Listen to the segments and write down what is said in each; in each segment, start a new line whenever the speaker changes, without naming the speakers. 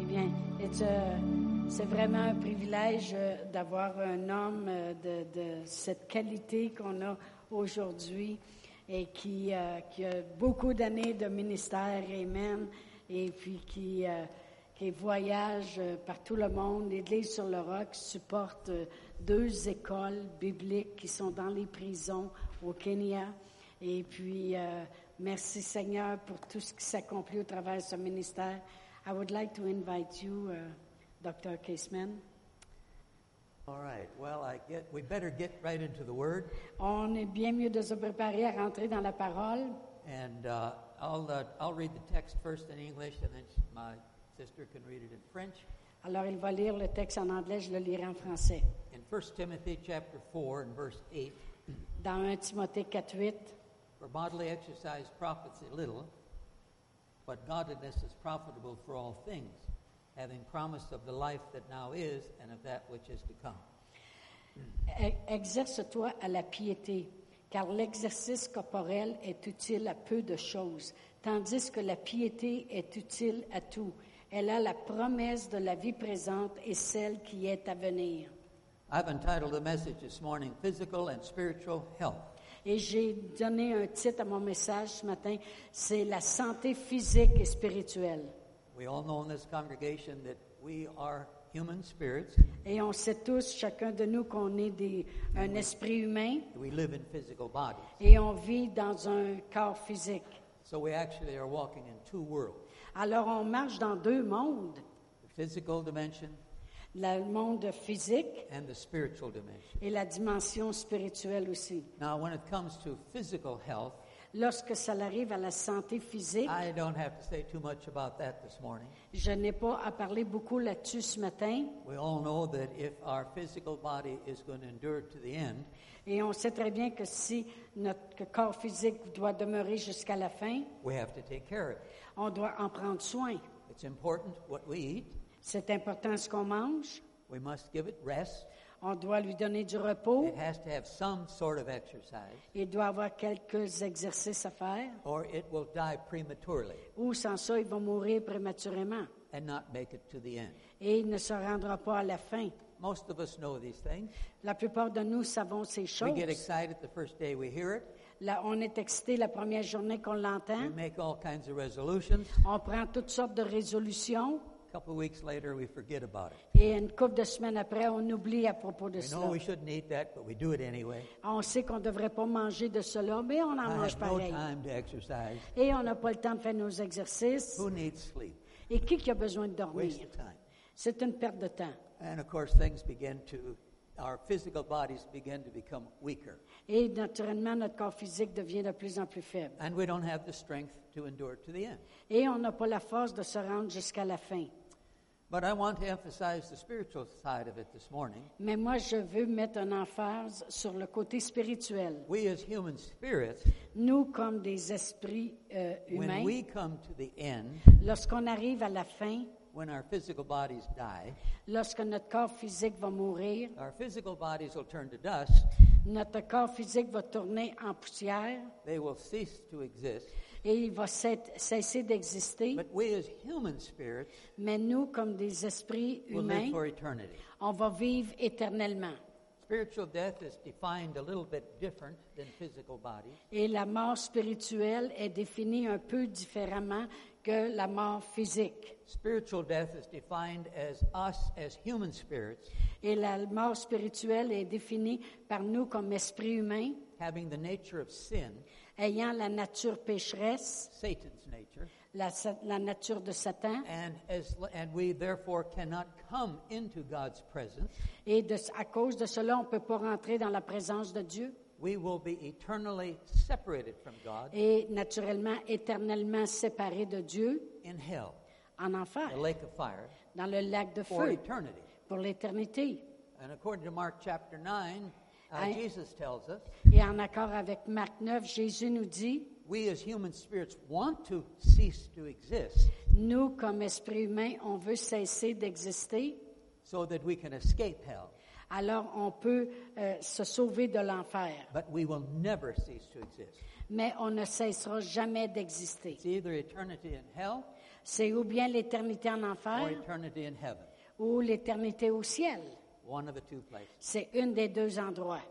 Eh bien. Et tu, euh, c'est vraiment un privilège euh, d'avoir un homme euh, de, de cette qualité qu'on a aujourd'hui et qui, euh, qui a beaucoup d'années de ministère, Amen, et puis qui, euh, qui voyage euh, par tout le monde. L'Église sur le roc supporte euh, deux écoles bibliques qui sont dans les prisons au Kenya. Et puis, euh, merci Seigneur pour tout ce qui s'accomplit au travers de ce ministère. I would like to invite you, uh, Dr. Caseman.
All right, well, I get, we better get right into the Word,
On est bien mieux de se préparer à rentrer dans la parole.
and uh, I'll, uh, I'll read the text first in English, and then my sister can read it in French.
Alors, il va lire le texte en anglais, je le lirai en français.
In 1 Timothy chapter 4 and verse 8,
Dans 1 Timothée 4.8,
for bodily exercise profits a little, but godliness is profitable for all things, having promise of the life that now is and of that which is to come.
E-, Exerce-toi à la piété, car l'exercice corporel est utile à peu de choses, tandis que la piété est utile à tout. Elle a la promesse de la vie présente et celle qui est à venir.
I've entitled the message this morning, Physical and Spiritual Health.
Et j'ai donné un titre à mon message ce matin, c'est la santé physique et spirituelle.
We all know in this congregation that we are human spirits.
Et on sait tous, chacun de nous, qu'on est des- un esprit humain
We live in physical bodies.
et on vit dans un corps physique.
So we actually are walking in two worlds
Alors on marche dans deux mondes,
the physical dimension
le monde physique
and the spiritual dimension.
et la dimension spirituelle aussi.
Now, when it comes to physical health,
Lorsque ça arrive à la santé physique,
I don't have to say too much about that this morning.
je n'ai pas à parler beaucoup là-dessus ce matin.
We all know that if our physical body is going to endure to the end,
Et on sait très bien que si notre corps physique doit demeurer jusqu'à la fin,
we have to take care of it.
on doit en prendre soin.
It's important what we eat,
C'est important ce qu'on mange.
we must give it rest,
On doit lui donner du repos.
it has to have some sort of exercise,
Il doit avoir quelques exercices à faire.
or it will die prematurely
Ou sans ça, il va mourir prématurément.
and not make it to the end.
Et il ne se rendra pas à la fin.
Most of us know these things.
La plupart de nous savons ces
We
choses.
get excited the first day we hear it.
Là, on est excité la première journée qu'on l'entend.
We make all kinds of resolutions.
On prend toutes sortes de résolutions.
A couple of weeks later, we forget about it.
Et une couple de semaines après, on oublie à propos de
We know
cela.
we shouldn't eat that, but we do it anyway.
On sait qu'on ne devrait pas manger de cela, mais on en
I
mange
have no
pareil.
time to exercise.
Et on n'a pas le temps de faire nos exercices.
Who needs sleep?
Et qui qui a besoin de
Waste
dormir?
of time.
C'est une perte de temps.
And of course, things begin to, our physical bodies begin to become weaker.
Et naturellement, notre corps physique devient de plus en plus faible.
And we don't have the strength to endure to the end.
Et on n'a pas la force de se rendre jusqu'à la fin.
But I want to emphasize the spiritual side of it this morning.
Mais moi, je veux mettre un emphase sur le côté spirituel.
We as human spirits,
Nous, comme des esprits euh,
when
humains,
we come to the end,
lorsqu'on arrive à la fin,
when our physical bodies die,
lorsque notre corps physique va mourir,
our physical bodies will turn to dust.
notre corps physique va tourner en poussière
They will cease to exist.
et il va cesse- cesser d'exister.
But we as human spirits
Mais nous, comme des esprits
will
humains,
live for eternity.
on va vivre éternellement.
Spiritual death is defined a little bit different than physical bodies.
Et la mort spirituelle est définie un peu différemment que la mort physique.
Spiritual death is defined as us as human spirits
Et la mort spirituelle est définie par nous comme esprits humains,
having the nature of sin,
ayant la nature pécheresse,
Satan's nature,
la, sa- la nature de Satan,
and as and we therefore cannot come into God's presence.
et de- à cause de cela, on ne peut pas rentrer dans la présence de Dieu
We will be eternally separated from God
et naturellement, éternellement séparé de Dieu
in hell,
en enfer,
the lake of fire,
dans le lac de
for
feu,
eternity.
pour l'éternité.
And according to Mark chapter 9, uh,
I-
Jesus tells us
Et en accord avec Marc 9, Jésus nous dit,
we as human spirits want to cease to exist
nous, comme esprits humains, on veut cesser d'exister,
so that we can escape hell,
alors on peut euh, se sauver de l'enfer.
but we will never cease to exist.
mais on ne cessera jamais d'exister.
It's either eternity in hell
C'est ou bien l'éternité en
or
enfer
eternity in heaven.
ou l'éternité au ciel.
One of the two places.
C'est une des deux endroits.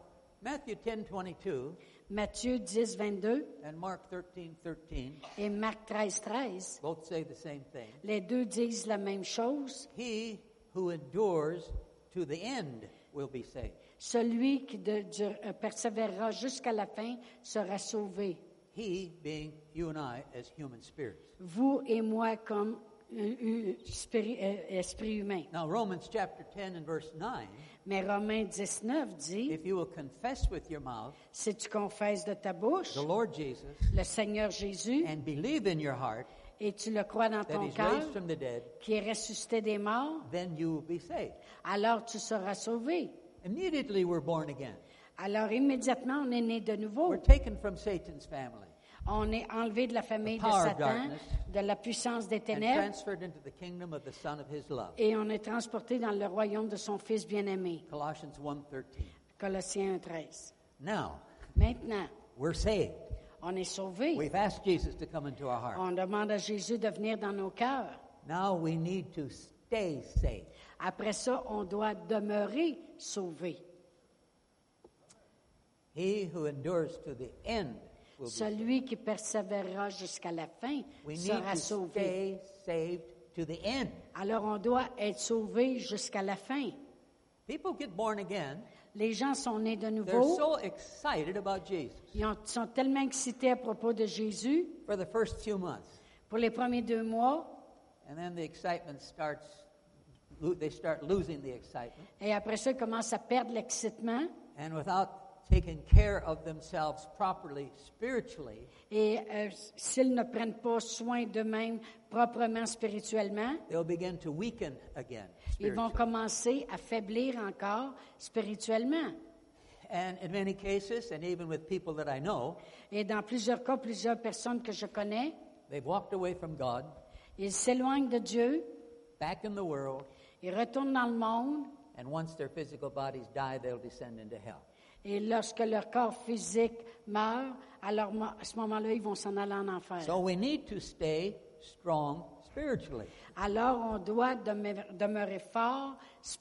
Matthew 10 22
Matthieu 10, 22
and Mark 13 13
et Marc 13, 13,
both say the same thing.
les deux disent la même chose.
He who endures to the end will be saved.
Celui qui de- du- euh, persévérera jusqu'à la fin sera sauvé.
He being you and I as human spirits.
Vous et moi comme euh, euh, spiri- euh, esprit humain.
Now, Romans chapter 10 and verse 9
Mais Romains 19 dit,
if you will confess with your mouth
si tu confesses de ta bouche
the Lord Jesus
le Seigneur Jésus
and believe in your heart
et tu le crois dans
that
ton
he's
cœur,
raised from the dead,
qui est ressuscité des morts,
then you will be saved.
alors tu seras sauvé.
Immediately we're born again.
Alors immédiatement, on est né de nouveau.
We're taken from Satan's family
On est enlevé de la famille
The
de
power of
Satan,
darkness.
de la puissance des
and
ténèbres,
transferred into the kingdom of the Son of His love.
et on est transporté dans le royaume de son Fils bien-aimé.
Colossians 1.13.
Colossiens 13.
Now,
Maintenant,
we're saved.
on est sauvé.
We've asked Jesus to come into our heart.
On demande à Jésus de venir dans nos cœurs.
Now we need to stay saved.
Après ça, on doit demeurer sauvé.
He who endures to the end will be saved.
Celui qui persévérera jusqu'à la fin
We need
sera
to
sauvé.
stay saved to the end.
Alors on doit être sauvé jusqu'à la fin.
People get born again.
Les gens sont nés de
They're
nouveau.
so excited about Jesus
Ils ont- sont tellement excités à propos de Jésus.
for the first few months.
Pour les premiers deux mois,
And then the excitement starts, lo- they start losing the excitement.
Et après ça, ils commencent à perdre l'excitement.
And without taking care of themselves properly spiritually,
Et euh, s'ils ne prennent pas soin d'eux-mêmes proprement spirituellement,
they'll begin to weaken again.
ils vont
spiritually.
commencer à faiblir encore spirituellement.
And in many cases, and even with people that I know,
Et dans plusieurs cas, plusieurs personnes que je connais,
they've walked away from God,
ils s'éloignent de Dieu,
back in the world,
ils retournent dans le monde,
and once their physical bodies die, they'll descend into hell.
et lorsque leur corps physique meurt, alors mo- à ce moment-là, ils vont s'en aller en enfer.
So we need to stay strong spiritually
Alors, on doit demeur- demeurer fort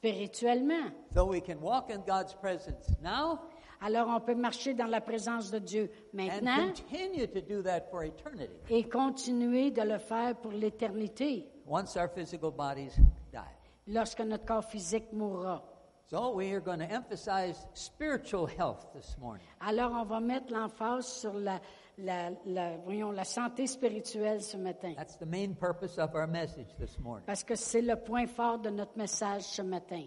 spirituellement.
so we can walk in God's presence now
Alors, on peut marcher dans la présence de Dieu
and
maintenant
continue to do that for eternity
et continuer de le faire pour l'éternité,
once our physical bodies die.
lorsque notre corps physique mourra.
So we are going to emphasize spiritual health this morning.
Alors, on va mettre l'emphase sur la, la- la- voyons, la santé spirituelle ce matin,
That's the main purpose of our message this morning.
parce que c'est le point fort de notre message ce matin.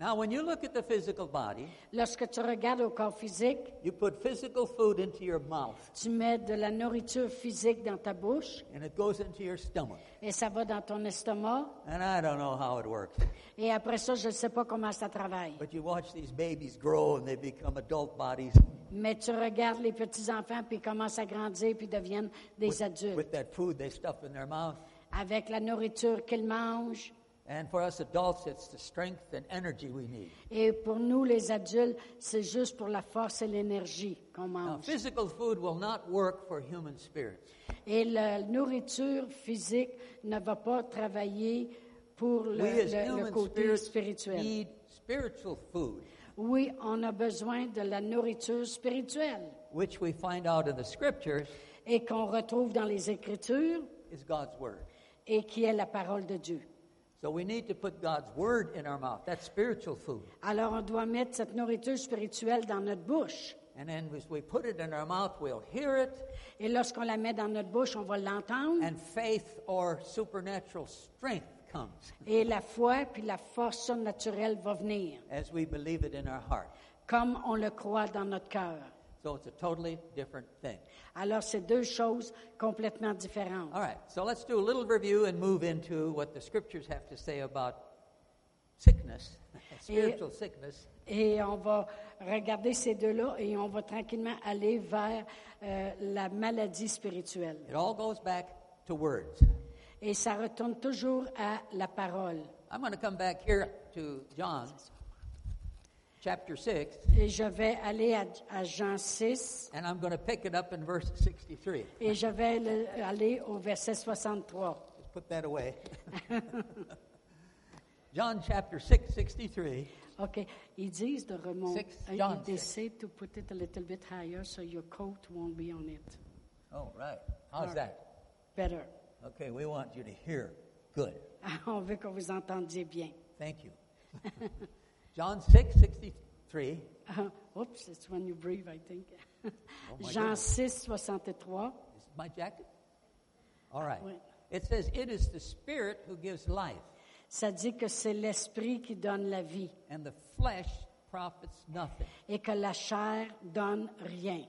Now, when you look at the physical body,
Lorsque tu regardes au corps physique,
you put physical food into your mouth
tu mets de la nourriture physique dans ta bouche
and it goes into your stomach.
et ça va dans ton estomac.
And I don't know how it works,
Et après ça, je ne sais pas comment ça travaille.
but you watch these babies grow and they become adult bodies
Mais tu regardes les petits-enfants, puis ils commencent à grandir, puis deviennent des
with,
adultes.
with that food they stuff in their mouth.
avec la nourriture qu'ils mangent.
And for us adults, it's the strength and energy we need.
Et pour nous, les adultes, c'est juste pour la force et l'énergie qu'on
Now,
mange.
physical food will not work for human spirits.
Et la nourriture physique ne va pas travailler pour le,
we as
le- le
human
côté
spirits
spirituel.
need spiritual food,
Oui, on a besoin de la nourriture spirituelle
which we find out in the scriptures
et qu'on retrouve dans les Écritures
is God's word.
et qui est la parole de Dieu.
So we need to put God's word in our mouth. That's spiritual food.
Alors on doit mettre cette nourriture spirituelle dans notre bouche.
And then as we put it in our mouth, we'll hear it,
Et lorsqu'on la met dans notre bouche, on va l'entendre.
and faith or supernatural strength comes
Et la foi puis la force surnaturelle va venir,
as we believe it in our heart.
comme on le croit dans notre cœur.
So it's a totally different thing.
Alors, c'est deux choses complètement différentes.
All right, so let's do a little review and move into what the scriptures have to say about sickness, spiritual sickness.
Et on va regarder ces deux-là et on va tranquillement aller vers euh, la maladie spirituelle.
It all goes back to words.
Et ça retourne toujours à la parole.
I'm going to come back here to John chapter 6,
Et je vais aller à, à Jean 6
and I'm going to pick it up in verse 63.
et je vais le- aller au verset 63.
put that away. John chapter 6, 63.
OK. Ils disent de remonter.
Six,
Uh,
John,
They
six.
say to put it a little bit higher so your coat won't be on it.
Oh, right. How's that?
Better.
Okay, we want you to hear. Good.
On veut que vous entendiez bien.
Thank you. John 6, 63.
Uh, oops, it's when you breathe, I think.
Oh my
Jean
goodness.
6, 63.
Is my jacket? All right.
Wait.
It says, It is the Spirit who gives life,
Ça dit que c'est l'esprit qui donne la vie
and the flesh profits nothing.
et que la chair donne rien.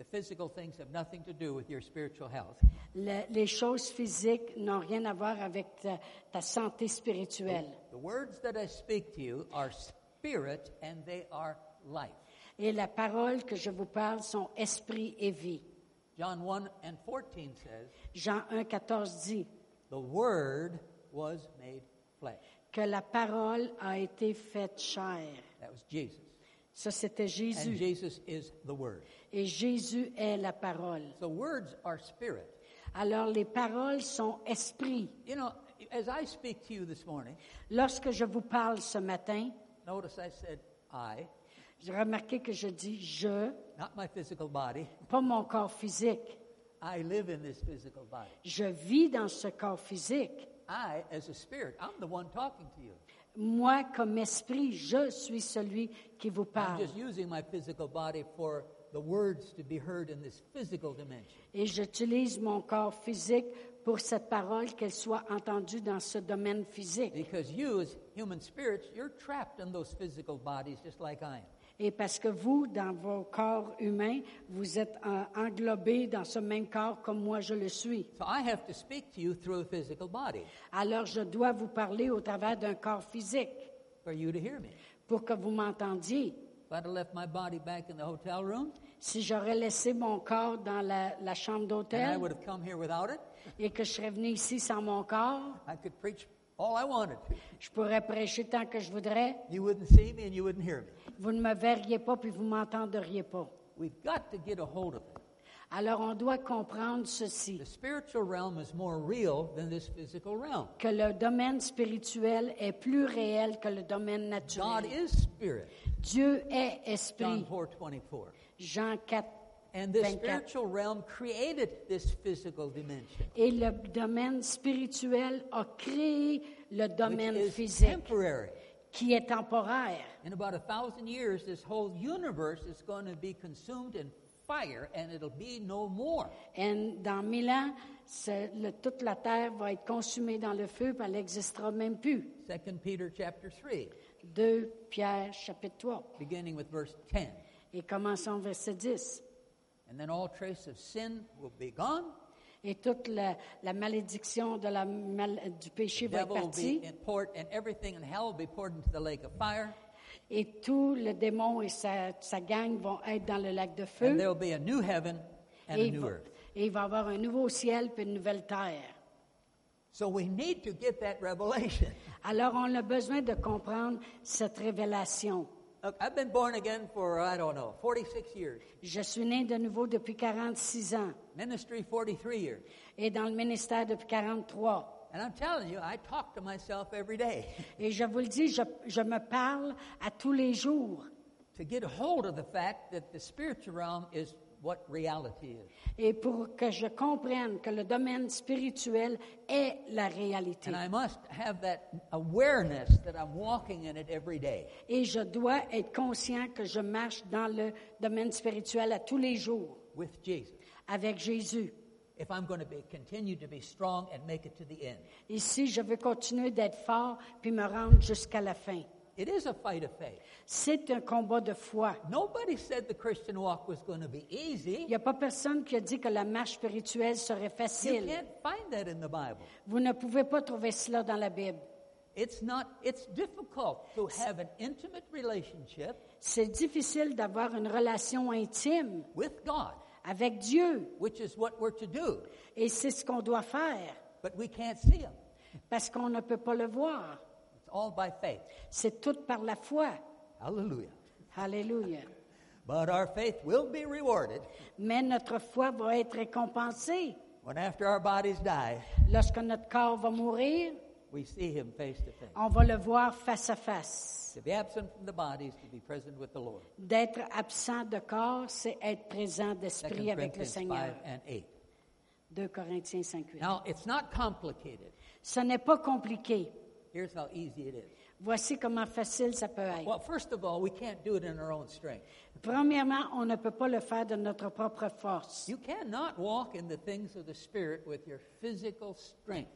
The physical things have nothing to do with your spiritual health.
Le- les choses physiques n'ont rien à voir avec ta, ta santé spirituelle.
The words that I speak to you are spirit and they are life.
Et la parole que je vous parle sont esprit et vie.
John 1 and 14 says,
Jean 1, 14 dit
The Word was made flesh.
que la parole a été faite chair.
That was Jesus.
Ça, c'était
And
Jésus.
Jesus is the Word.
Et Jésus est la parole.
So words are spirit.
Alors, les paroles sont esprit.
You know, as I speak to you this morning,
Lorsque je vous parle ce matin,
notice I said I,
remarquez que je dis je,
not my physical body.
pas mon corps physique.
I live in this physical body.
Je vis dans ce corps physique.
I, as a spirit, I'm the one talking to you.
Moi, comme esprit, je suis celui qui vous
I'm
parle.
just using my physical body for the words to be heard in this physical dimension.
Et j'utilise mon corps physique pour cette parole qu'elle soit entendue dans ce domaine physique.
Because you, as human spirits, you're trapped in those physical bodies just like I am.
Et parce que vous, dans vos corps humains, vous êtes euh, englobés dans ce même corps comme moi je le suis.
So I have to speak to you through a physical body
Alors je dois vous parler au travers d'un corps physique
for you to hear me.
pour que vous m'entendiez.
If I'd have left my body back in the hotel room
Si j'aurais laissé mon corps dans la, la chambre
and I
d'hôtel
would have come here without it,
et que je serais venu ici sans mon corps,
I could preach all I wanted to.
je pourrais prêcher tant que je voudrais.
You wouldn't see me and you wouldn't hear me.
Vous ne me verriez pas puis vous m'entendriez pas.
We've got to get a hold of it.
Alors on doit comprendre ceci,
The spiritual realm is more real than this physical realm.
que le domaine spirituel est plus réel que le domaine
God
naturel.
is spirit.
Dieu est
John
esprit.
4:24.
Jean 4.
And this
24.
spiritual realm created this physical dimension,
Et le domaine spirituel a créé le
which
domaine
is
physique
temporary.
qui est temporaire.
In about a thousand years, this whole universe is going to be consumed in fire and it'll be no more.
Et dans mille ans, ce- le- toute la terre va être consumée dans le feu, puis elle n'existera même plus.
2 Peter chapter 3,
2 Pierre chapitre 3.
beginning with verse 10.
Et commençons verset 10.
And then all trace of sin will be gone.
Et toute la, la malédiction de la mal- du péché
The
va être
devil will be
partie.
in port, and everything in hell will be poured into the lake of fire.
Et tout le démon et sa, sa gang vont être dans le lac de
And
feu.
there will be a new heaven and
et,
a
il
new
va,
earth.
et il va y avoir un nouveau ciel puis une nouvelle terre.
So we need to get that revelation.
Alors, on a besoin de comprendre cette révélation.
Look, I've been born again for, I don't know, 46 years.
Je suis né de nouveau depuis 46 ans
Ministry, 43 years.
et dans le ministère depuis 43.
And I'm telling you, I talk to myself every day.
Et je vous le dis, je, je me parle à tous les jours.
to get a hold of the fact that the spiritual realm is what reality is.
Et pour que je comprenne que le domaine spirituel est la réalité.
And I must have that awareness that I'm walking in it every day.
Et je dois être conscient que je marche dans le domaine spirituel à tous les jours
with Jesus
avec Jésus.
if I'm going to be, continue to be strong and make it to the end.
Ici, je veux continuer d'être fort puis me rendre jusqu'à la fin.
It is a fight of faith.
C'est un combat de foi.
Nobody said the Christian walk was going to be easy.
Il n'y a pas personne qui a dit que la marche spirituelle serait
You
facile.
can't find that in the Bible.
Vous ne pouvez pas trouver cela dans la Bible.
It's not it's difficult to have an intimate relationship
C'est difficile d'avoir une relation intime
with God,
avec Dieu
which is what we're to do,
et c'est ce qu'on doit faire
but we can't see him.
parce qu'on ne peut pas le voir.
It's all by faith.
C'est tout par la foi.
Hallelujah.
Alléluia.
But our faith will be rewarded
Mais notre foi va être récompensée
When after our bodies die,
Lorsque notre corps va mourir,
we see him face to face.
on va le voir face à face.
To be absent from the bodies, to be present with the Lord.
D'être absent de corps, c'est être présent d'esprit
Second
avec le
Corinthians 5
Seigneur.
and 8.
2 Corinthiens 5, 8.
Now, it's not complicated.
Ce n'est pas compliqué.
Here's how easy it is.
Voici comment facile ça peut être.
Well, first of all, we can't do it in our own strength.
Premièrement, on ne peut pas le faire de notre propre force.
You cannot walk in the things of the Spirit with your physical strength.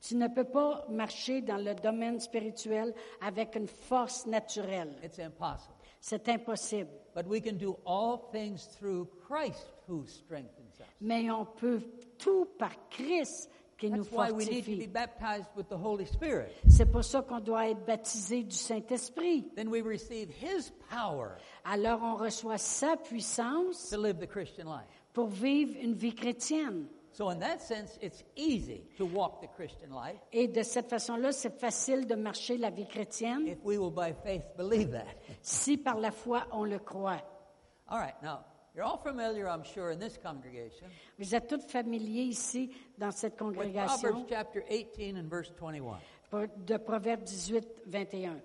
Tu ne peux pas marcher dans le domaine spirituel avec une force naturelle.
It's impossible.
C'est impossible.
But we can do all things through Christ who strengthens us.
Mais on peut tout par Christ qui nous
That's why we need to be
fortifie.
baptized with the Holy Spirit.
C'est pour ça qu'on doit être baptisé du Saint-Esprit.
Then we receive His power
Alors on reçoit sa puissance
to live the Christian life.
pour vivre une vie chrétienne.
So, in that sense, it's easy to walk the Christian life
Et de cette façon-là, c'est facile de marcher la vie chrétienne
if we will, by faith, believe that.
si par la foi on le croit.
All right, now, you're all familiar, I'm sure, in this congregation
Vous êtes tous familiers ici dans cette
with Proverbs
congrégation
chapter 18 and verse 21.
de Proverbe 18, 21,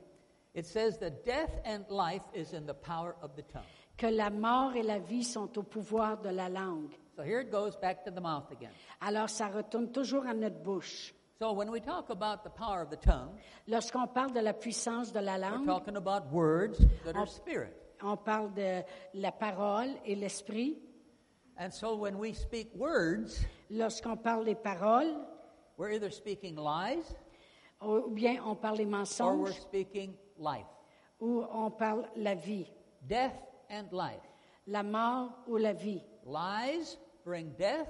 It says that death and life is in the power of the tongue.
que la mort et la vie sont au pouvoir de la langue.
So here it goes back to the mouth again.
Alors ça retourne toujours à notre bouche.
So when we talk about the power of the tongue,
Lorsqu'on parle de la puissance de la
we're
langue,
talking about words that are spirit.
on parle de la parole et l'esprit.
And so when we speak words,
Lorsqu'on parle des paroles,
we're either speaking lies
ou bien on parle des
or we're
mensonges,
speaking life.
ou on parle la vie,
Death and life.
la mort ou la vie.
Lies bring death,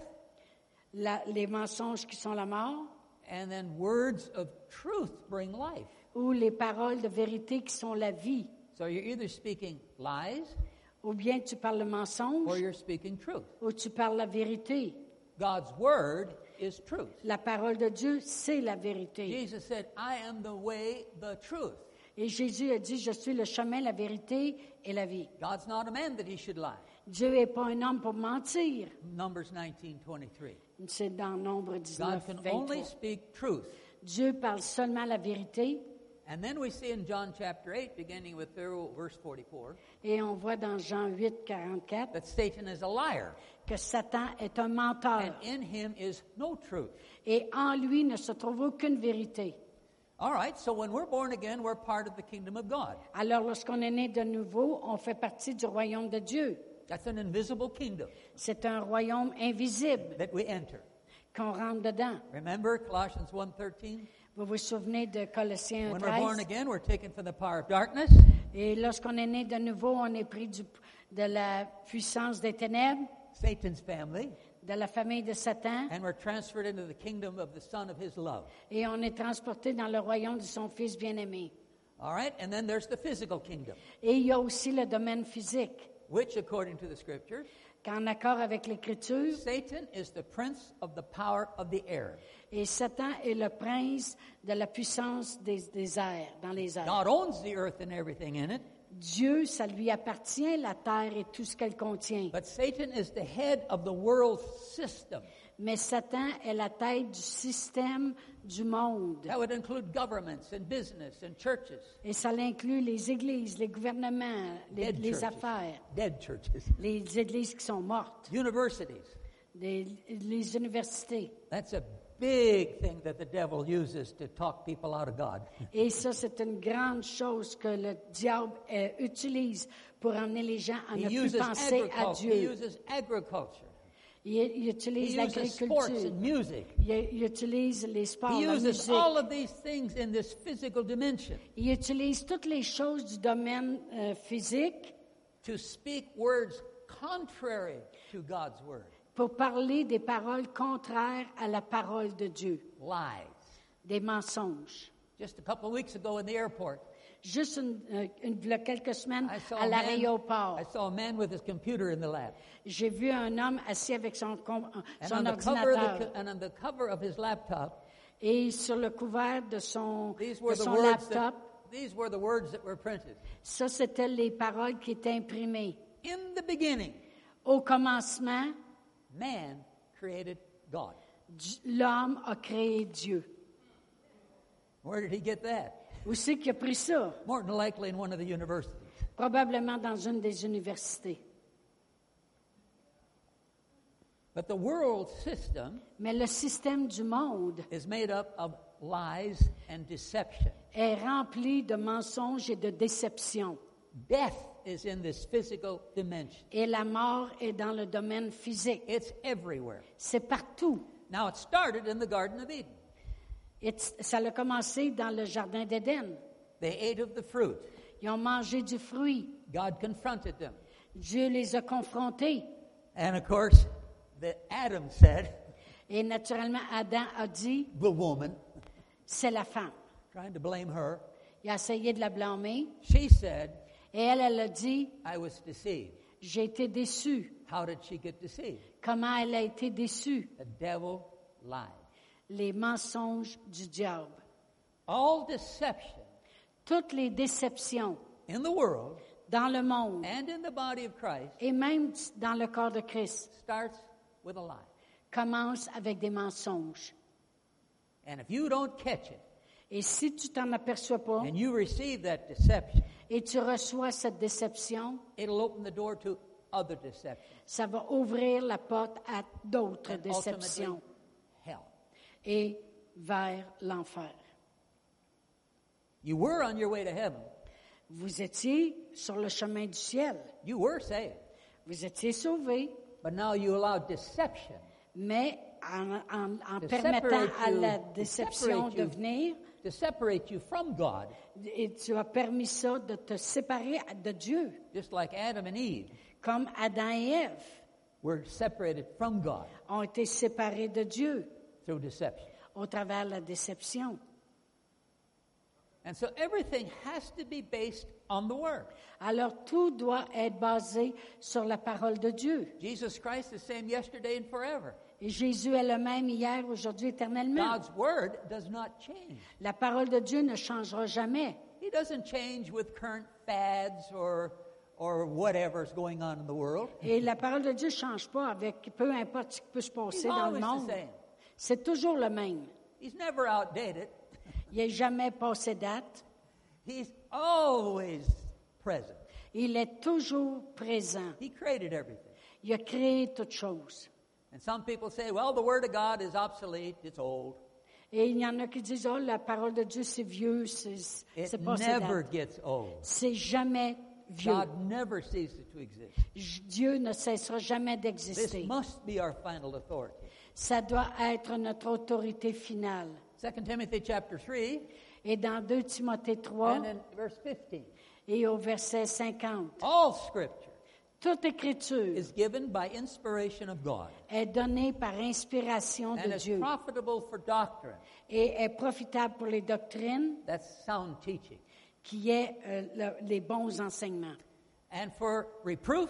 La- les mensonges qui sont la mort
and then words of truth bring life.
ou les paroles de vérité qui sont la vie.
So you're either speaking lies
Ou bien tu parles le
or
mensonge
you're speaking truth.
ou tu parles la vérité.
God's word is truth.
La parole de Dieu, c'est la vérité.
Jesus said, I am the way, the truth.
Et Jésus a dit, je suis le chemin, la vérité et la vie.
God's not a man that he should lie.
Dieu n'est pas un homme pour mentir.
Numbers 19:23.
C'est dans Nombre 19,
God can
23.
only speak truth.
Dieu parle seulement la vérité.
And then we see in John chapter 8, beginning with verse 44,
Et on voit dans Jean 8, 44
that Satan is a liar,
que Satan est un
and
menteur
in him is no truth.
et en lui ne se trouve aucune vérité.
All right, so when we're born again, we're part of the kingdom of God.
Alors, lorsqu'on est né de nouveau, on fait partie du royaume de Dieu.
That's an invisible kingdom
C'est un royaume invisible
that we enter.
qu'on rentre dedans.
Remember Colossians 1:13?
Vous vous souvenez de Colossiens
When we're born
13?
again, we're taken from the power of darkness
Et lorsqu'on est né de nouveau, on est pris du- de la puissance des ténèbres,
Satan's family,
de la famille de Satan,
and we're transferred into the kingdom of the Son of His love.
et on est transporté dans le royaume de son Fils bien-aimé.
All right, and then there's the physical kingdom,
Et il y a aussi le domaine physique,
which, according to the scripture,
qu'en accord avec l'Écriture,
Satan is the prince of the power of the air.
et Satan est le prince de la puissance des, des airs, dans les airs.
God owns the earth and everything in it,
Dieu, ça lui appartient, la terre et tout ce qu'elle contient.
but Satan is the head of the world system.
Mais Satan est la tête du système du monde.
That would include governments and business and churches.
Et ça l'inclut les églises, les gouvernements, les,
Dead
les
churches.
affaires,
Dead churches.
les églises qui sont mortes,
Universities.
les, les universités.
That's a big thing that the devil uses to talk people out of God.
Et ça, c'est une grande chose que le diable euh, utilise pour emmener les gens à
He
ne plus
uses
penser à
agriculture. He
Dieu.
uses agriculture.
Il, il utilise
He uses sports
l'agriculture.
and music.
Il, il utilise les sports,
He
la
uses
musique.
all of these things in this physical dimension
Il utilise toutes les choses du domaine euh, physique
to speak words contrary to God's word.
pour parler des paroles contraires à la parole de Dieu,
Lies.
des mensonges.
Just a couple of weeks ago in the airport,
Juste une, euh, une- v'là quelques semaines
I saw,
à
a man,
l'aéroport,
I saw a man with his computer in the lap.
j'ai vu un homme assis avec son, com- euh,
And on,
son
the cover of the,
ordinateur
co- and on the cover of his laptop,
et sur le couvert de son,
these
de
were the
son
words
laptop,
that, these were the words that were printed.
ça c'était les paroles qui étaient imprimées.
In the beginning,
Au commencement,
man created God.
Di- L'homme a créé Dieu.
Where did he get that?
Où c'est qu'il a pris ça?
More than likely in one of the universities.
Probablement dans une des universités.
But the world system
Mais le système du monde
is made up of lies and deception.
est rempli de mensonges et de déceptions.
Death is in this physical dimension.
Et la mort est dans le domaine physique.
It's everywhere.
C'est partout.
Now it started in the Garden of Eden.
Et t- ça a commencé dans le Jardin d'Éden.
They ate of the fruit.
Ils ont mangé du fruit.
God confronted them.
Dieu les a confrontés.
And of course, the Adam said,
Et naturellement, Adam a dit,
the woman,
c'est la femme.
trying to blame her,
Il a essayé de la blâmer.
she said,
Et elle, elle a dit,
I was deceived.
j'ai été déçue.
How did she get deceived?
Comment elle a été déçue?
The devil lied.
Les mensonges du diable.
All deception
Toutes les déceptions
in the world
dans le monde
and in the body of Christ
et même dans le corps de Christ
starts with a lie.
commencent avec des mensonges.
And if you don't catch it
Et si tu t'en aperçois pas
and you receive that deception,
et tu reçois cette déception,
it'll open the door to other deception.
ça va ouvrir la porte à d'autres
and ultimately,
déceptions
Hell.
et vers l'enfer.
You were on your way to heaven.
Vous étiez sur le chemin du ciel,
You were saved.
vous étiez sauvés,
But now you allow deception
mais en, en- en
To
permettant
separate
à la
you, to
déception
separate
de
you.
venir,
to separate you from God,
et tu as permis ça de te séparer de Dieu,
just like Adam and Eve
comme Adam et Ève
were separated from God
ont été séparés de Dieu
through deception.
au travers de la déception.
And so everything has to be based on the Word.
Alors tout doit être basé sur la parole de Dieu.
Jesus Christ the same yesterday and forever.
Et Jésus est le même hier, aujourd'hui, éternellement.
God's Word does not change.
La parole de Dieu ne changera jamais.
He doesn't change with current fads or, or whatever's going on in the world.
Et la parole de Dieu ne change pas avec peu importe ce qui peut se passer dans le
always the
monde.
same.
C'est toujours le même.
He's never outdated.
Il n'est jamais passé date.
He's always present.
Il est toujours présent.
He created everything.
Il a créé toutes choses.
And some people say, well, the Word of God is obsolete, it's old.
Et il y en a qui disent, oh, la parole de Dieu, c'est vieux, c'est
It
c'est passé
never
date.
gets old.
C'est jamais vieux.
God never ceases to exist.
J- Dieu ne cessera jamais
This
d'exister.
must be our final authority.
Ça doit être notre autorité finale.
2 Timothy chapter 3
Et dans 2 Timothée 3
and in verse 15.
et au verset 50,
All scripture
toute écriture
is given by inspiration of God
est donnée par inspiration
and
de
is
Dieu
profitable for doctrine.
et est profitable pour les doctrines
That's sound teaching.
qui est euh, le- les bons enseignements
And for reproof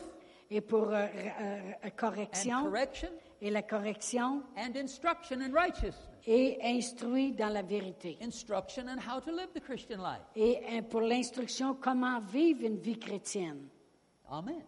et pour euh, r- euh, euh,
and
correction
correction
et la correction
and instruction in righteousness.
et instruit dans la vérité
Instruction in how to live the Christian life.
et euh, pour l'instruction comment vivre une vie chrétienne.
Amen.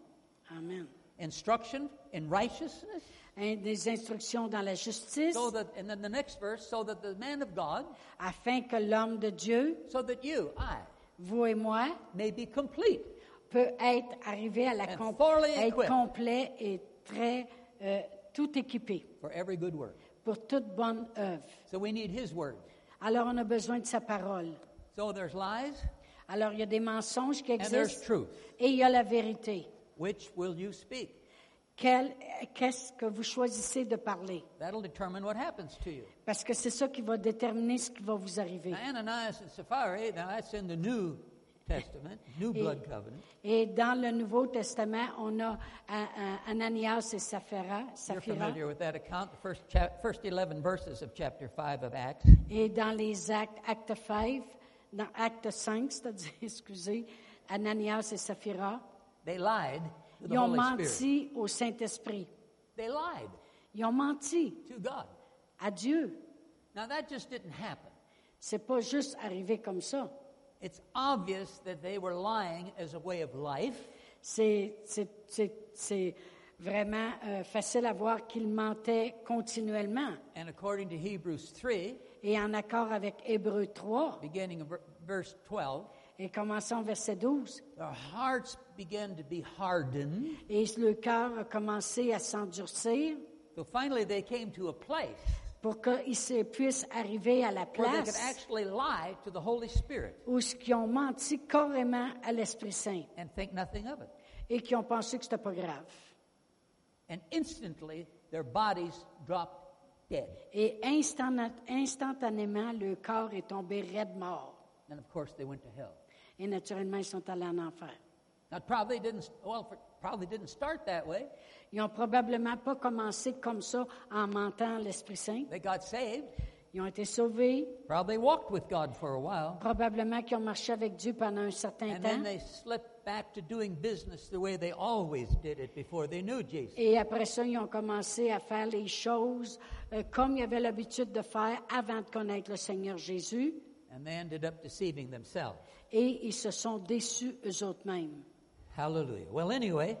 Amen.
Instruction in righteousness.
Un- des instructions dans la justice
So that and then the next verse, so that the man of God,
afin que l'homme de Dieu,
so that you, I,
vous et moi,
may be complete,
peut être arrivé à la
And
com-
thoroughly
être
equipped.
complet et très euh, tout équipé
for every good work.
pour toute bonne œuvre.
So we need his word.
Alors on a besoin de sa parole.
So there's lies
Alors il y a des mensonges qui
and there's
existent
truth.
et il y a la vérité.
Which will you speak?
Quel- euh, Qu'est-ce que vous choisissez de parler?
That'll determine what happens to you.
Parce que c'est ça qui va déterminer ce qui va vous arriver.
Now, Ananias and Sapphira, now that's in the New Testament, New Blood Covenant.
Et dans le Nouveau Testament, on a euh, euh, Ananias et Saphira.
You're
Saphira.
familiar with that account, the first, chap- first 11 verses of chapter 5 of Acts.
Et dans les actes, acte 5, dans acte 5, c'est-à-dire, excusez, Ananias et Saphira,
They lied to the
ils ont
Holy
menti
Spirit.
au Saint-Esprit.
They lied
Ils ont menti
to God.
à Dieu.
Now, that just didn't happen.
C'est pas juste arrivé comme ça.
It's obvious that they were lying as a way of life,
C'est, c'est, c'est, c'est vraiment euh, facile à voir qu'il mentait continuellement.
And according to Hebrews 3,
Et en accord avec Hébreu 3,
beginning of ver- verse 12,
et commençons verset 12,
their hearts began to be hardened.
et le cœur a commencé à s'endurcir
So finally, they came to a place
pour qu'ils se- puissent arriver à la
where they could
place
actually lie to the Holy Spirit
où ce qui ont menti carrément à l'Esprit Saint
and think nothing of it.
et qui ont pensé que c'était pas grave.
And instantly, their bodies dropped dead.
Et instana- instantanément, le corps est tombé raide mort.
And of course, they went to hell.
Et naturellement, ils sont allés en enfer.
Now, it probably didn't, well, it probably didn't start that way.
Ils n'ont probablement pas commencé comme ça en mentant à l'Esprit Saint.
They got saved,
Ils ont été sauvés.
probably walked with God for a while,
Probablement qu'ils ont marché avec Dieu pendant un certain
and then
temps.
they slipped back to doing business the way they always did it before they knew Jesus.
Et après ça, ils ont commencé à faire les choses euh, comme ils avaient l'habitude de faire avant de connaître le Seigneur Jésus.
And they ended up deceiving themselves.
Et ils se sont déçus eux-mêmes.
Hallelujah. Well, anyway,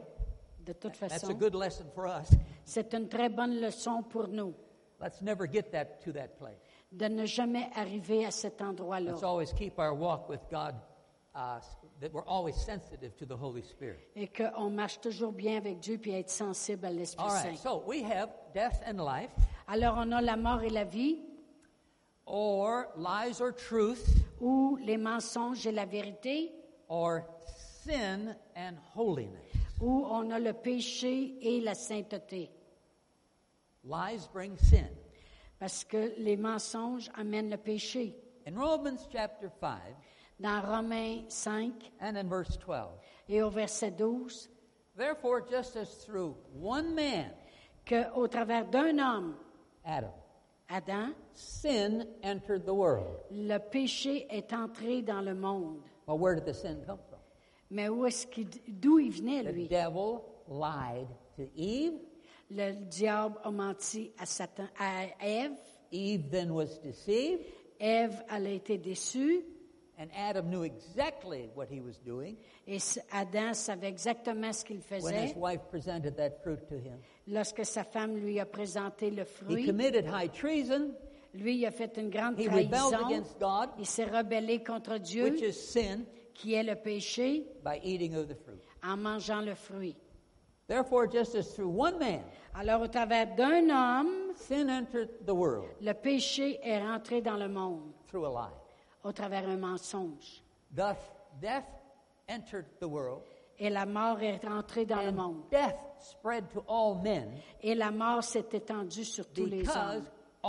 De toute
that's a
façon,
good lesson for us.
c'est une très bonne leçon pour nous
Let's never get that to that place.
de ne jamais arriver à cet endroit-là.
Let's always keep our walk with God, uh, that we're always sensitive to the Holy Spirit.
Et qu'on marche toujours bien avec Dieu puis être sensible à l'Esprit
All
Saint.
right, so we have death and life,
Alors, on a la mort et la vie,
or lies or truth,
ou les mensonges et la vérité,
or sin and holiness.
ou on a le péché et la sainteté.
Lies bring sin.
Parce que les mensonges amènent le péché.
In Romans chapter 5
Dans Romains 5
and in verse 12,
et au verset 12,
therefore, just as through one man,
qu'au travers d'un homme,
Adam,
Adam,
sin entered the world.
le péché est entré dans le monde.
Well, where did the sin come from?
Mais où est-ce qu'il, d'où il venait,
The
lui?
devil lied to Eve.
Le diable a menti à, Satan, à Ève.
Eve then was deceived,
Ève, elle a été déçue.
and Adam knew exactly what he was doing
Et s- Adam savait exactement ce qu'il
when
faisait.
his wife presented that fruit to him.
Lorsque sa femme lui a présenté le
He
fruit,
committed high treason,
lui, il a fait une grande
he rebelled
trahison.
against God,
Il s'est rebellé contre Dieu,
which is sin,
qui est le péché,
by eating of the fruit.
en mangeant le fruit.
Therefore, just as through one man
Alors, au travers d'un homme,
sin entered the world
le péché est rentré dans le monde,
through a lie,
au travers un mensonge.
thus death entered the world,
Et la mort est rentrée dans le
and
monde.
death spread to all men
Et la mort s'est étendue sur tous les
because
hommes,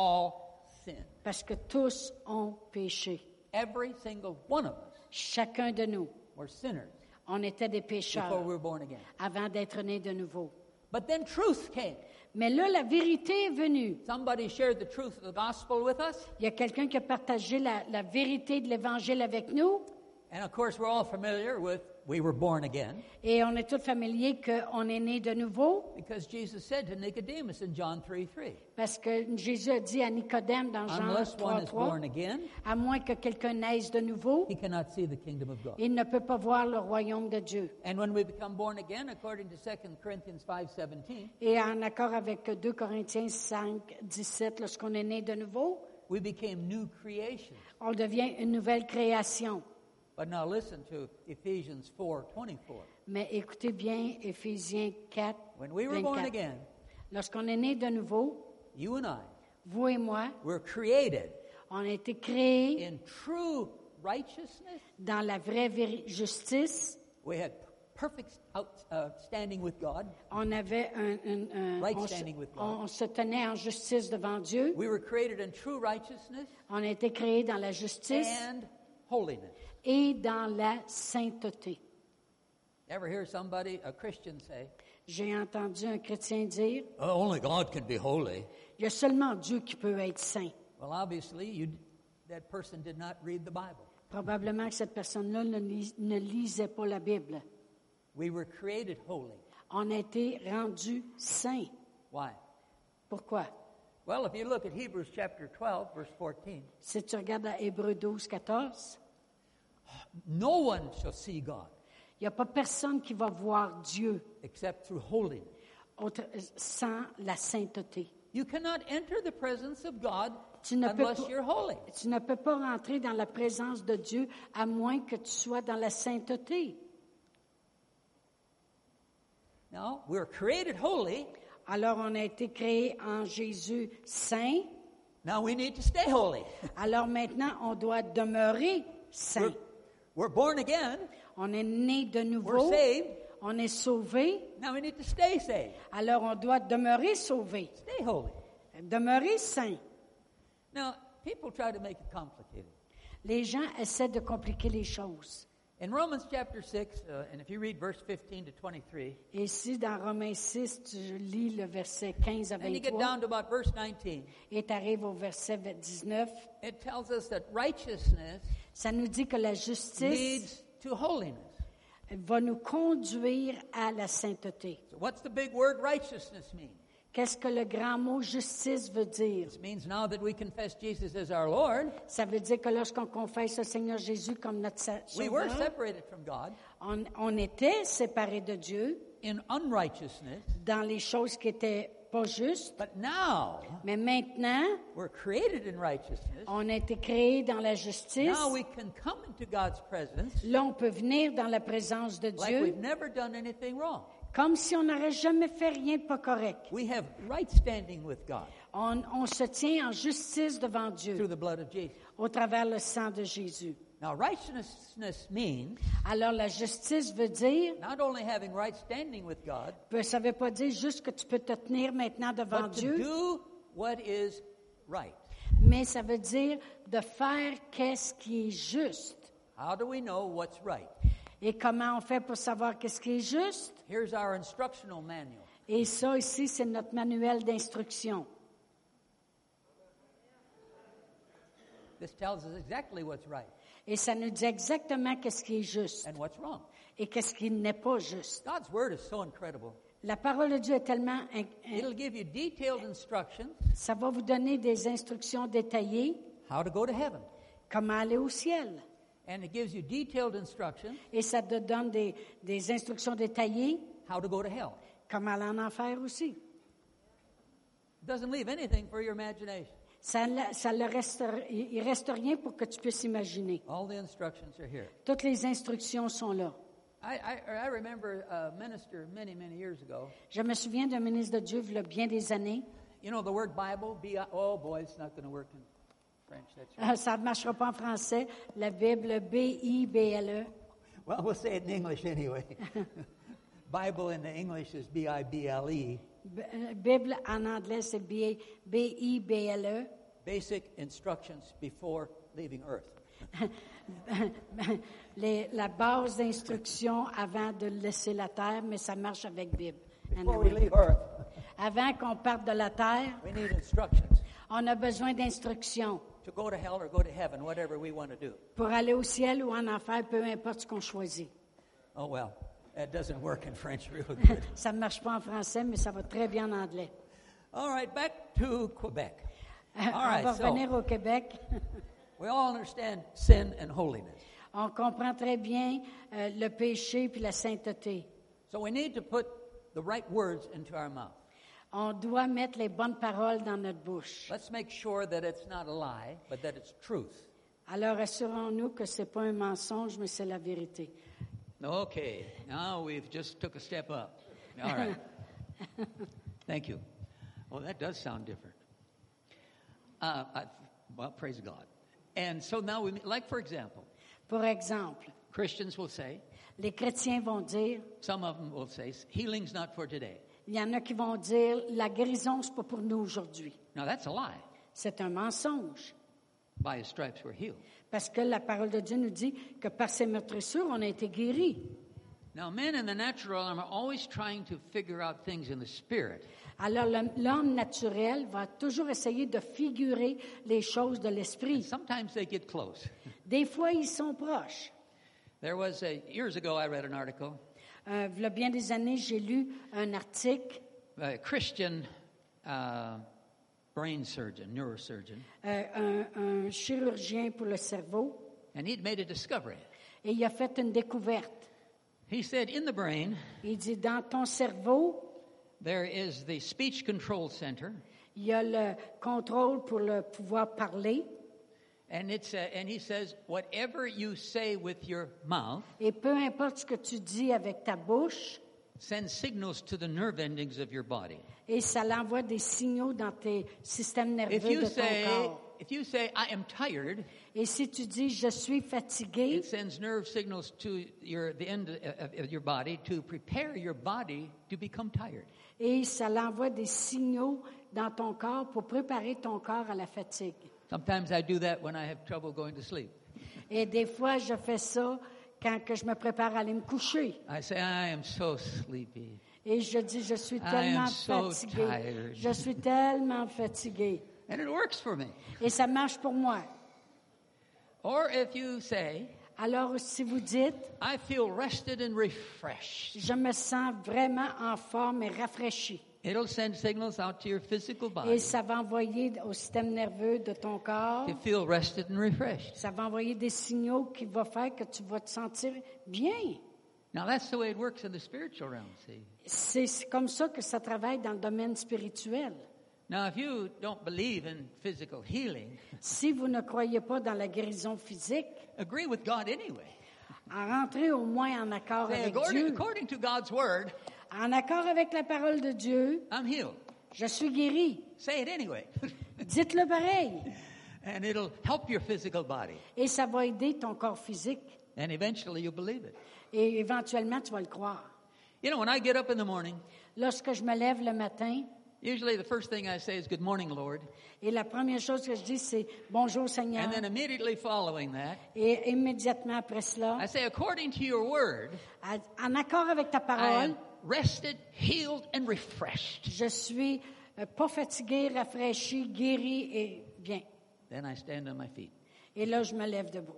all sin.
parce que tous ont péché.
Every single one of us
Chacun de nous,
were sinners
on était des
before
pécheurs
we were born again.
avant d'être nés de nouveau.
But then truth came.
Mais là, la vérité est venue.
Somebody shared the truth of the gospel with us,
Il y a quelqu'un qui a partagé la, la vérité de l'Évangile avec nous.
and of course, we're all familiar with we were born again
Et on est tous familiers qu'on est né de nouveau
because Jesus said to Nicodemus in John 3 3,
parce que Jésus a dit à Nicodème dans Jean
unless one is
3.3,
born again,
à moins que quelqu'un naisse de nouveau,
he cannot see the kingdom of God.
il ne peut pas voir le royaume de Dieu.
And when we become born again, according to 2 Corinthians 5:17,
Et en accord avec 2 Corinthiens 5, 17, lorsqu'on est né de nouveau,
we became new creations.
on devient une nouvelle création.
But now listen to Ephesians 4:24.
Mais écoutez bien Éphésiens 4,
When we were born
24.
again,
Lorsqu'on est né de nouveau,
you and I
vous et moi,
were created
on a été créés
in true righteousness.
dans la vraie véri- justice.
We had perfect out, uh, standing with God.
On avait un, un- un-
Right
on, se,
standing with God.
on- on se tenait en justice devant Dieu.
We were created in true righteousness
On a été créés dans la justice
and holiness.
et dans la sainteté.
Ever hear somebody, a Christian, say,
J'ai entendu un chrétien dire,
oh, "Only God can be holy"?
il y a seulement Dieu qui peut être saint.
Well, obviously, you, that person did not read the Bible.
Probablement que cette personne-là ne, lis- ne lisait pas la Bible.
We were created holy.
On a été rendus saints.
Why?
Pourquoi?
Well, if you look at Hebrews chapter 12, verse 14,
Si tu regardes à Hébreux 12, 14,
no one shall see God
il n'y a pas personne qui va voir Dieu
except through holiness.
autre- sans la sainteté.
You cannot enter the presence of God
Tu ne peux
unless
pas-
you're holy.
Tu ne peux pas rentrer dans la présence de Dieu à moins que tu sois dans la sainteté.
No, we're created holy.
Alors on a été créé en Jésus saint.
Now we need to stay holy.
Alors maintenant on doit demeurer saint.
We're, we're born again.
On est né de nouveau.
We're saved.
On est sauvé.
Now we need to stay saved.
Alors on doit demeurer sauvé,
Stay holy.
demeurer saint.
Now, people try to make it complicated.
Les gens essaient de compliquer les choses.
In Romans chapter 6, uh, and if you read verse 15 to 23,
Et Ici, dans Romains 6, tu lis le verset 15 à
and you get
23
down to about verse 19,
et tu arrives au verset 19.
it tells us that righteousness
Ça nous dit que la justice
leads to holiness.
va nous conduire à la sainteté.
So, what's the big word righteousness mean?
Qu'est-ce que le grand mot justice veut dire?
This means now that we confess Jesus as our Lord,
Ça veut dire que lorsqu'on confesse le Seigneur Jésus comme notre sa-
we were
sauveur,
separated from God
on, on était séparés de Dieu
in unrighteousness,
dans les choses qui étaient pas justes.
but now
Mais maintenant,
we're created in righteousness.
on a été créé dans la justice.
Now we can come into God's presence
Là, on peut venir dans la présence de
like we've
Dieu
never done anything wrong.
comme si on n'aurait jamais fait rien de pas correct.
We have right standing with God
On, on se tient en justice devant
through
Dieu
the blood of Jesus.
au travers le sang de Jésus.
Now, righteousness means
Alors, la justice veut dire,
not only having right standing with God,
ben, ça ne veut pas dire juste que tu peux te tenir maintenant devant
but to
Dieu,
do what is right.
mais ça veut dire de faire qu'est-ce qui est juste.
How do we know what's right?
Et comment on fait pour savoir qu'est-ce qui est juste?
Here's our instructional manual.
Et ça, ici, c'est notre manuel d'instruction.
This tells us exactly what's right
Et ça nous dit exactement qu'est-ce qui est juste
and what's wrong.
et qu'est-ce qui n'est pas juste.
God's Word is so incredible.
La parole de Dieu est tellement... in- in-
It'll give you detailed instructions
Ça va vous donner des instructions détaillées,
how to go to heaven,
comment aller au ciel.
and it gives you detailed instructions
Et ça te donne des, des instructions détaillées,
how to go to hell.
comment aller en enfer aussi.
It doesn't leave anything for your imagination.
Ça, la- ça le reste, il il reste rien pour que tu puisses imaginer.
All the instructions are here.
Toutes les instructions sont là.
I, I, I remember a minister many, many years ago.
Je me souviens d'un ministre de Dieu, il y a bien des années.
You know the word Bible? B I, oh, boy, it's not going to work in French. That's right.
Euh, Ça ne marchera pas en français. La Bible, B-I-B-L-E.
Well, we'll say it in English anyway. Bible in the English is B I B L E,
B- euh, Bible en anglais, c'est B- B-I-B-L-E.
basic instructions before leaving earth.
Les- la base d'instruction avant de laisser la terre, mais ça marche avec Bible.
Before we
Anyway.
leave earth,
Avant qu'on parte de la terre,
we need instructions
on a besoin d'instructions
to go to hell or go to heaven, whatever we want to do.
pour aller au ciel ou en enfer, peu importe ce qu'on choisit.
Oh, well, that doesn't work in French real good.
Ça ne marche pas en français, mais ça va très bien en anglais.
All right, back to Quebec. All
Euh, on va
right,
revenir
so
au Québec.
we all understand sin and holiness.
On comprend très bien euh, le péché puis la sainteté.
So we need to put the right words into our mouth.
On doit mettre les bonnes paroles dans notre bouche.
Let's make sure that it's not a lie, but that it's truth.
Alors assurons-nous que c'est pas un mensonge, mais c'est la vérité.
Okay, now we've just took a step up. All right. Thank you. Well, that does sound different. Uh, I, well, praise God. And so now we, like for example,
Pour exemple,
Christians will say,
les chrétiens vont dire,
some of them will say, healing's not for today.
il y en a qui vont dire, la guérison c'est pas pour nous aujourd'hui.
Now that's a lie.
C'est un mensonge.
By his stripes we're healed.
Parce que la parole de Dieu nous dit que par ses meurtrissures, on a été guéri.
Now men in the natural realm are always trying to figure out things in the spirit.
Alors l'homme l'homme naturel va toujours essayer de figurer les choses de
And
l'esprit.
sometimes they get close.
Des fois, ils sont proches.
There was a, years ago I read an article
Euh, v'là bien des années, j'ai lu un article.
by a Christian uh, brain surgeon, neurosurgeon,
euh, un, un chirurgien pour le cerveau,
and he'd made a discovery.
et il a fait une découverte.
He said in the brain
Il dit, dans ton cerveau,
There is the Speech Control Center,
Il y a le contrôle pour le pouvoir parler.
and it's a, and he says, whatever you say with your mouth
Et peu importe ce que tu dis avec ta bouche,
sends signals to the nerve endings of your body.
et ça l'envoie des signaux dans tes systèmes nerveux
If you
de ton
say,
corps.
if you say, I am tired,
Et si tu dis je suis fatigué,
it sends nerve signals to your the end uh, of, of your body to prepare your body to become tired.
et ça l'envoie des signaux dans ton corps pour préparer ton corps à la fatigue.
Sometimes I do that when I have trouble going to sleep.
Et des fois, je fais ça quand que je me prépare à aller me coucher.
I say, I am so sleepy.
Et je dis je suis
am
tellement
so
fatigué.
tired.
Je suis tellement fatigué.
And it works for me.
Et ça marche pour moi.
Or if you say,
Alors, si vous dites,
I feel rested and refreshed,
je me sens vraiment en forme et rafraîchi.
it'll send signals out to your physical
Et
body
ça va envoyer au système nerveux de ton corps,
to feel rested and refreshed.
ça va envoyer des signaux qui vont faire que tu vas te sentir bien.
Now that's the way it works in the spiritual realm, see.
C'est c'est comme ça que ça travaille dans le domaine spirituel.
Now if you don't believe in physical healing,
Si vous ne croyez pas dans la guérison physique,
agree with God anyway.
en rentrez au moins en accord
Say,
avec
according,
Dieu.
according to God's word,
En accord avec la parole de Dieu,
I'm healed.
je suis guéri.
Say it anyway.
Dites-le pareil.
and it'll help your physical body.
Et ça va aider ton corps physique.
And eventually you'll believe it.
Et éventuellement, tu vas le croire.
You know, when I get up in the morning,
Lorsque je me lève le matin,
usually the first thing I say is, Good morning, Lord.
et la première chose que je dis, c'est Bonjour Seigneur.
And then immediately following that,
Et immédiatement après cela,
I say, according to your word,
à- en accord avec ta
I
parole,
am rested, healed, and refreshed.
je suis euh, pas fatigué, rafraîchi, guéri et bien.
Then I stand on my feet.
Et là, je me lève debout.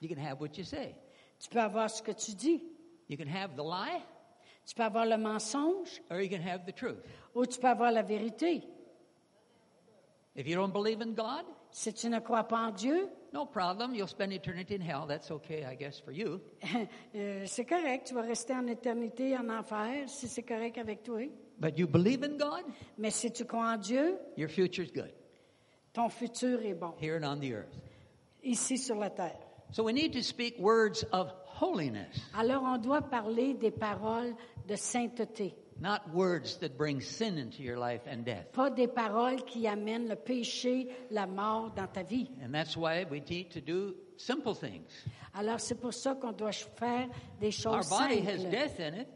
You can have what you say.
Tu peux avoir ce que tu dis.
You can have the lie,
Tu peux avoir le mensonge
or you can have the truth.
ou tu peux avoir la vérité.
If you don't believe in God,
Si tu ne crois pas en Dieu,
no problem. You'll spend eternity in hell. That's okay, I guess, for you.
euh, c'est correct. Tu vas rester en éternité, en enfer, si c'est correct avec toi.
But you believe in God,
Mais si tu crois en Dieu,
your future's good
ton futur est bon,
here and on the earth.
ici sur la terre.
So we need to speak words of holiness,
Alors, on doit parler des paroles de sainteté.
not words that bring sin into your life and death.
pas des paroles qui amènent le péché, la mort dans ta vie.
And that's why we need to do simple things.
Alors c'est pour ça qu'on doit faire des
Our
choses
body has
simples.
death in it,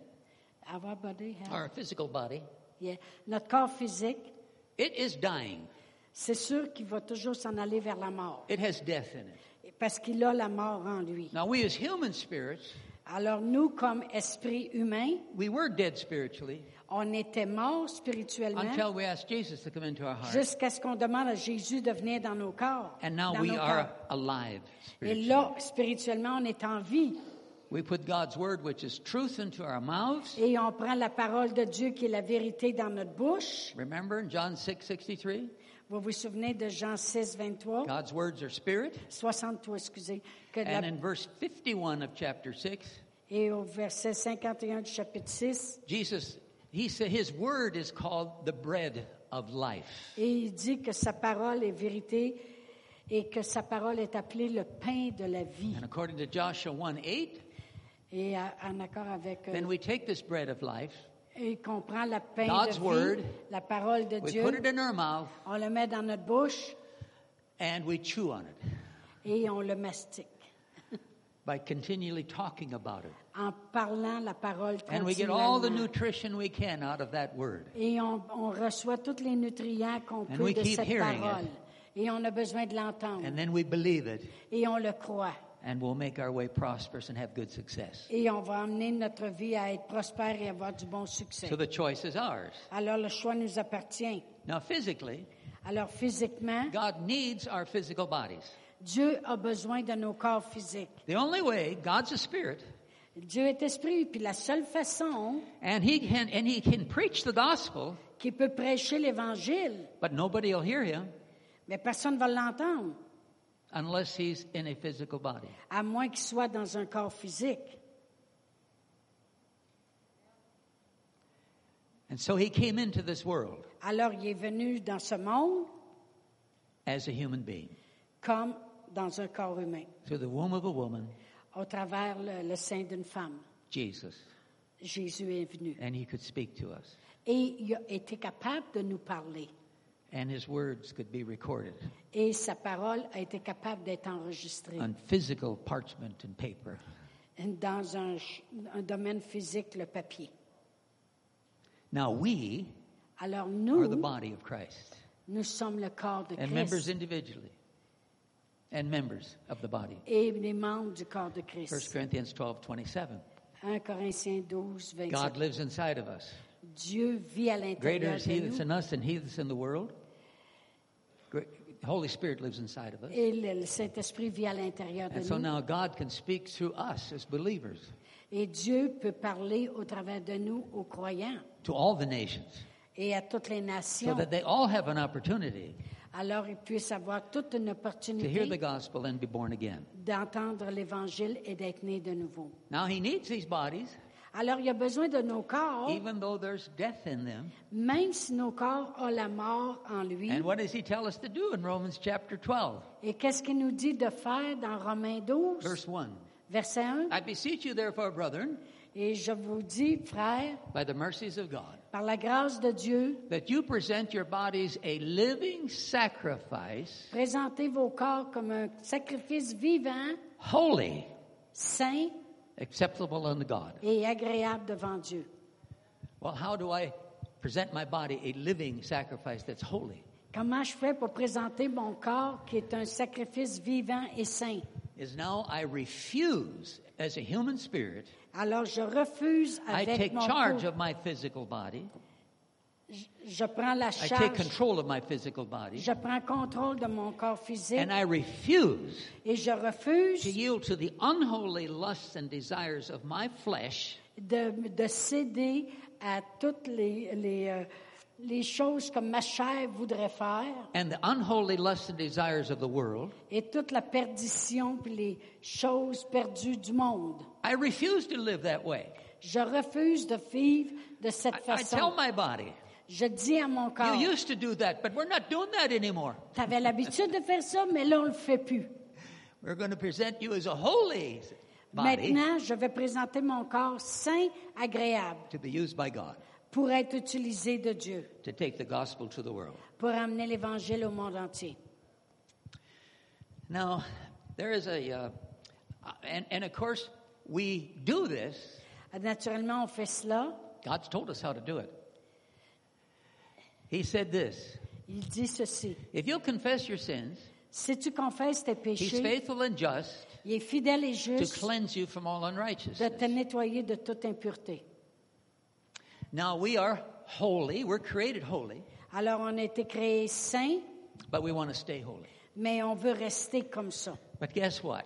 Our body has-
our physical body.
Yeah. Notre corps physique,
It is dying.
c'est sûr qu'il va toujours s'en aller vers la mort,
It has death in it.
parce qu'il a la mort en lui.
Now, we as human spirits,
Alors nous, comme esprit humain,
we were dead spiritually
on était morts spirituellement
until we asked Jesus to come into our hearts.
jusqu'à ce qu'on demande à Jésus de venir dans nos corps.
And now
dans
we
nos
are
corps.
alive
Et
spiritually.
là, spirituellement, on est en vie.
We put God's word, which is truth, into our mouths.
Et on prend la parole de Dieu qui est la vérité dans notre bouche.
Remember in John 6 63?
Vous vous souvenez de Jean 6, 23,
God's words are spirit.
63, excusez, que de la-
And in verse 51 of chapter 6,
et au verset 51 du chapitre 6,
Jesus, he said his word is called the bread of life.
et il dit que sa parole est vérité et que sa parole est appelée le pain de la vie.
And according to Joshua 1 8,
Et à- en accord avec, euh,
then we take this bread of life,
et qu'on prend la pain
God's
de vie,
word,
la parole de
we put
Dieu,
it in our mouth,
on le met dans notre bouche
and we chew on it
et on le mastique
by continually talking about it.
en parlant la parole
And we get all the
continuellement.
nutrition we can out of that word.
Et on, on reçoit tous les nutriments qu'on
And
peut
we
de
keep
cette
hearing it.
parole. Et on a besoin de l'entendre.
And then we believe it,
et on le croit.
and we'll make our way prosperous and have good success.
Et on va amener notre vie à être prospère et avoir du bon succès.
So the choice is ours.
Alors le choix nous appartient.
Now, physically,
Alors physiquement,
God needs our physical bodies.
Dieu a besoin de nos corps physiques.
The only way, God's a spirit,
Dieu est esprit, puis la seule façon
and he can, and he can preach the gospel,
qu'il peut prêcher l'Évangile,
but nobody will hear him
mais personne ne va l'entendre,
unless he's in a physical body.
à moins qu'il soit dans un corps physique.
And so he came into this world
Alors, il est venu dans ce monde
as a human being
comme dans un corps humain,
through the womb of a woman,
au travers le, le sein d'une femme.
Jesus,
Jésus est venu.
and he could speak to us.
Et il a été capable de nous parler.
And his words could be recorded
Et sa parole a été capable d'être enregistrée
on physical parchment and paper.
dans un, ch- un domaine physique, le papier.
Now we
Alors
are the
nous,
body of Christ
nous sommes le corps de
and members
Christ
individually and members of the body.
et les membres du corps de
1
Christ.
Corinthians 12, 27.
1 Corinthiens 12, 27.
God lives inside of us.
Dieu vit à
Greater
l'intérieur
is he
de
that's
nous.
in us than he that's in the world. Great, the Holy Spirit lives inside of us.
Et le le Saint-Esprit vit à l'intérieur de
And so
nous.
now God can speak through us as believers
Et Dieu peut parler au travers de nous aux croyants
to all the nations
et à toutes les
so
nations.
that they all have an opportunity
Alors ils puissent avoir toute une
to hear the
opportunité
gospel and be born again.
d'entendre l'Évangile et d'être nés de nouveau.
Now he needs these bodies,
Alors il y a besoin de nos corps,
even though there's death in them.
même si nos corps ont la mort en lui.
And what does he tell us to do in Romans chapter 12,
Et qu'est-ce qu'il nous dit de faire dans Romains 12,
verse 1?
verset 1?
I beseech you, therefore, brethren,
Et je vous dis, frères,
by the mercies of God,
par la grâce de Dieu,
that you present your bodies a living sacrifice,
présentez vos corps comme un sacrifice vivant,
holy,
saint
acceptable unto God.
et agréable devant Dieu.
Well, how do I present my body a living sacrifice that's holy?
Comment je fais pour présenter mon corps qui est un sacrifice vivant et saint?
Is now I refuse, as a human spirit,
Alors je refuse
I
avec
take
mon
charge
peau.
of my physical body.
Je- Je prends la
I take
charge,
control of my physical body.
je prends contrôle de mon corps physique
And I refuse
et je
to
refuse
yield to the unholy lusts and desires of my flesh
de, de céder à toutes les, les, euh, les choses que ma chair voudrait faire
and the unholy lusts and desires of the world.
et toute la perdition puis les choses perdues du monde.
I refuse to live that way.
Je refuse de vivre de cette
I, I
façon.
tell my body,
Je dis à mon corps,
you used to do that, but we're not doing that anymore.
tu avais l'habitude de faire ça, mais là, on le fait plus.
We're going to present you as a holy body
Maintenant, je vais présenter mon corps sain, agréable,
to be used by God
pour être utilisé de Dieu,
to take the gospel to the world.
pour amener l'Évangile au monde entier.
Now, there is a, uh, and, and of course, we do this.
Naturellement, on fait cela.
God's told us how to do it. He said this
Il dit ceci.
If you'll confess your sins,
Si tu confesses tes
He's
péchés,
faithful and just
il est fidèle et
to
juste
cleanse you from all
de te
unrighteousness.
nettoyer de toute impureté.
Now, we are holy, we're created holy,
Alors, on a été créé saint,
but we want to stay holy.
mais on veut rester comme ça.
But guess what?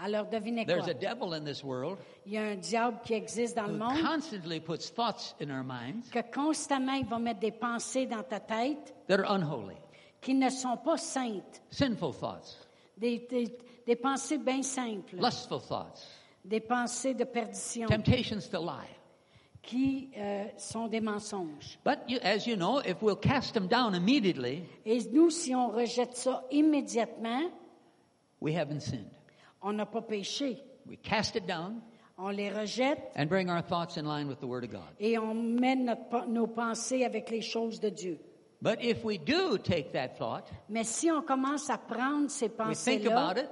Alors, devinez quoi?
There's a devil in this world
Il y a un diable qui existe dans le
who
monde,
constantly puts thoughts in our minds
que constamment, il va mettre des pensées dans ta tête
that are unholy,
qui ne sont pas saintes.
sinful thoughts,
Des, des- des pensées bien simples,
lustful thoughts,
des pensées de perdition
temptations to lie.
qui euh, sont des mensonges.
But you, as you know, if we'll cast them down immediately,
Et nous, si on rejette ça immédiatement,
we haven't sinned.
on n'a pas péché.
We cast it down
On les rejette
and bring our thoughts in line with the Word of God.
et on met notre pen- nos pensées avec les choses de Dieu.
But if we do take that thought,
Mais si on commence à prendre ces
we think
pensées-là
about it,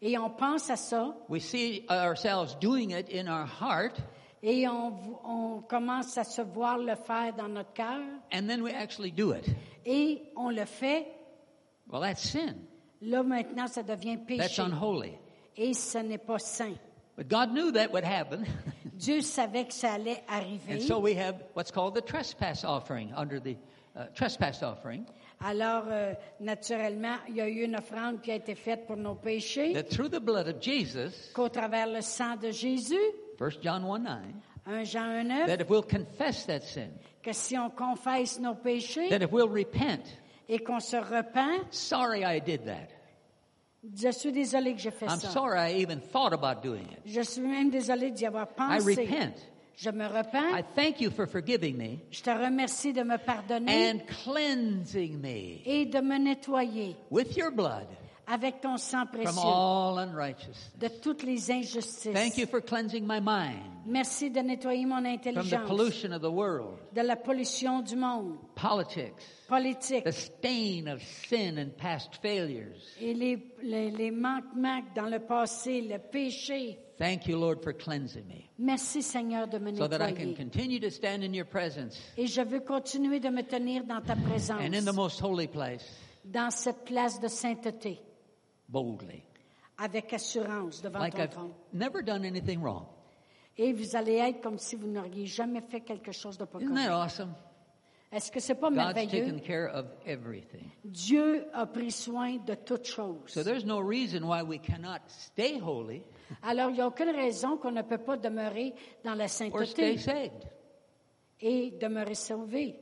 et on pense à ça
we see ourselves doing it in our heart,
et on, v- on commence à se voir le faire dans notre cœur
and then we actually do it.
et on le fait,
Well, that's sin.
là maintenant ça devient
That's
péché
unholy.
et ce n'est pas sain.
But God knew that would happen.
Dieu savait que ça allait arriver.
And so we have what's called the trespass offering under the uh, trespass offering.
Alors, euh, naturellement, il y a eu une offrande qui a été faite pour nos péchés,
That through the blood of Jesus,
qu'au travers le sang de Jésus,
1 John 1 9,
1 Jean 1 9,
that if we'll confess that sin,
que si on confesse nos péchés
that if we'll repent,
et qu'on se repent,
sorry I did that.
je suis désolé que j'ai fait
I'm
ça.
sorry I even thought about doing it.
Je suis même désolé d'y avoir
I
pensé.
repent.
Je me repens.
I thank you for forgiving me
Je te remercie de me pardonner
and cleansing me
et de me nettoyer
with your blood
avec ton sang
from
précieux
all unrighteousness.
de toutes les injustices.
Thank you for cleansing my mind
Merci de nettoyer mon
from the
intelligence
pollution of the world,
de la pollution du monde
politics,
politique
the stain of sin and past failures.
et les, les- les manquements dans le passé, le péché.
Thank you, Lord, for cleansing me
Merci Seigneur de me
so that I can
nettoyer.
continue to stand in your presence
Et je veux continuer de me tenir dans ta présence,
and in the most holy place
dans cette place de sainteté,
boldly,
avec assurance devant
like
ton
I've
trône.
never done anything wrong.
Et vous allez être comme si vous n'auriez jamais fait quelque chose de pas
Isn't that
correct.
awesome?
Est-ce que c'est pas
God's taken
merveilleux?
care of everything.
Dieu a pris soin de toutes choses.
So there's no reason why we cannot stay holy
Alors, il n'y a aucune raison qu'on ne peut pas demeurer dans la
or
sainteté
stay saved.
et demeurer sauvé.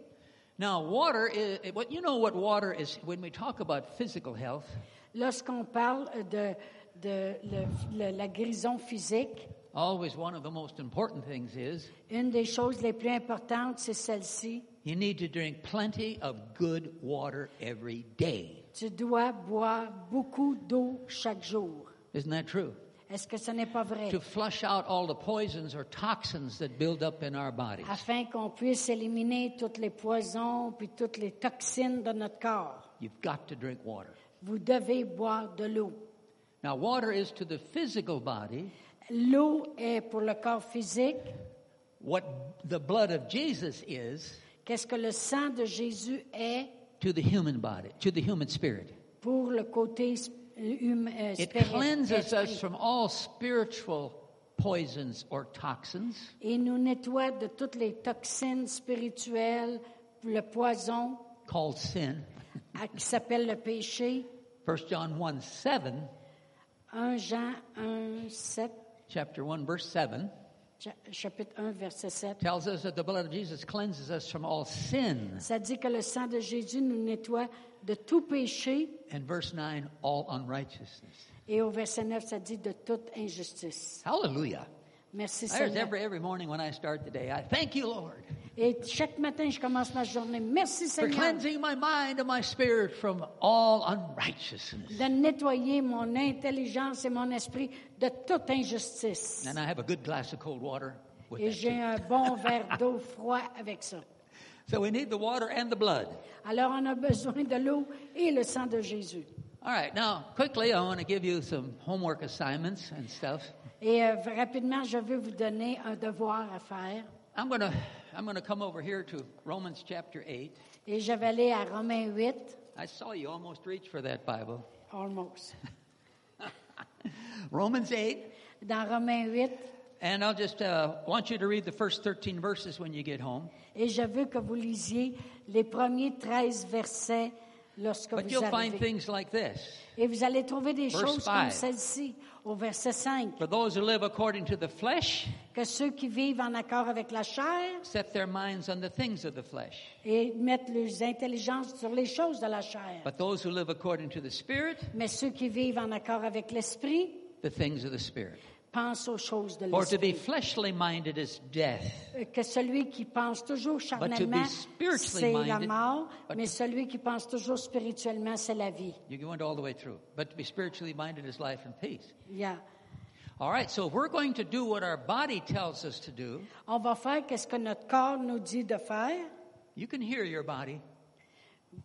Now, water is what you know what water is when we talk about physical health.
Lorsqu'on parle de, de le- le- la guérison physique,
Always one of the most important things is
une des choses les plus importantes, c'est celle-ci.
you need to drink plenty of good water every day.
Tu dois boire beaucoup d'eau chaque jour.
Isn't that true?
Est-ce que ce n'est pas vrai?
To flush out all the poisons or toxins that build up in our bodies.
Afin qu'on puisse éliminer tous les poisons puis toutes les toxines de notre corps,
You've got to drink water.
vous devez boire de l'eau.
Now, water is to the physical body
L'eau est pour le corps physique.
what the blood of Jesus is
Qu'est-ce que le sang de Jésus est
to the human body, to the human spirit.
pour le côté sp- hum- euh,
It
spirit-
cleanses us
esprit.
from all spiritual poisons or toxins.
et nous nettoie de toutes les toxines spirituelles, le poison
called sin.
à- qui s'appelle le péché.
1 John 1 7,
1 Jean 1, 7,
chapter 1, verse 7,
cha- chapitre 1, verset 7.
tells us that the blood of Jesus cleanses us from all sin.
Ça dit que le sang de Jésus nous nettoie de tout péché
And verse 9, all unrighteousness.
et au verset 9, ça dit de toute injustice.
Hallelujah.
Merci
There's
Seigneur.
every, every morning when I start the day, I thank you, Lord,
Et chaque matin, je commence ma journée. Merci
for
Seigneur
cleansing my mind and my spirit from all unrighteousness.
de nettoyer mon intelligence et mon esprit de toute injustice.
And I have a good glass of cold water with
Et
that.
j'ai un bon verre d'eau froid avec ça.
So we need the water and the blood.
Alors, on a besoin de l'eau et le sang de Jésus.
All right, now quickly, I want to give you some homework assignments and stuff.
Et euh, rapidement, je veux vous donner un devoir à faire.
I'm going to I'm going to come over here to Romans chapter 8.
Et je vais aller à Romains 8,
I saw you almost reach for that Bible.
almost.
Romans 8,
Dans Romains 8,
and I'll just uh, want you to read the first 13 verses when you get home.
et je veux que vous lisiez les premiers 13 versets lorsque
But
vous
you'll find
arrivez.
things like this.
Et vous allez trouver des
Verse
choses comme
five.
celle-ci au verset 5,
For those who live according to the flesh
que ceux qui vivent en accord avec la chair
set their minds on the things of the flesh,
et mettent leurs intelligences sur les choses de la chair.
but those who live according to the spirit,
Mais ceux qui vivent en accord avec l'esprit
the things of the spirit.
pensent aux choses de
For to be
l'esprit.
fleshly minded is death,
Euh, Que celui qui pense toujours charnellement, c'est
spiritually
la
minded-
mort,
but-
mais celui qui pense toujours spirituellement, c'est la vie.
you went all the way through. But to be spiritually minded is life and peace.
Yeah.
All right, so if we're going to do what our body tells us to do,
On va faire qu'est-ce que notre corps nous dit de faire.
you can hear your body.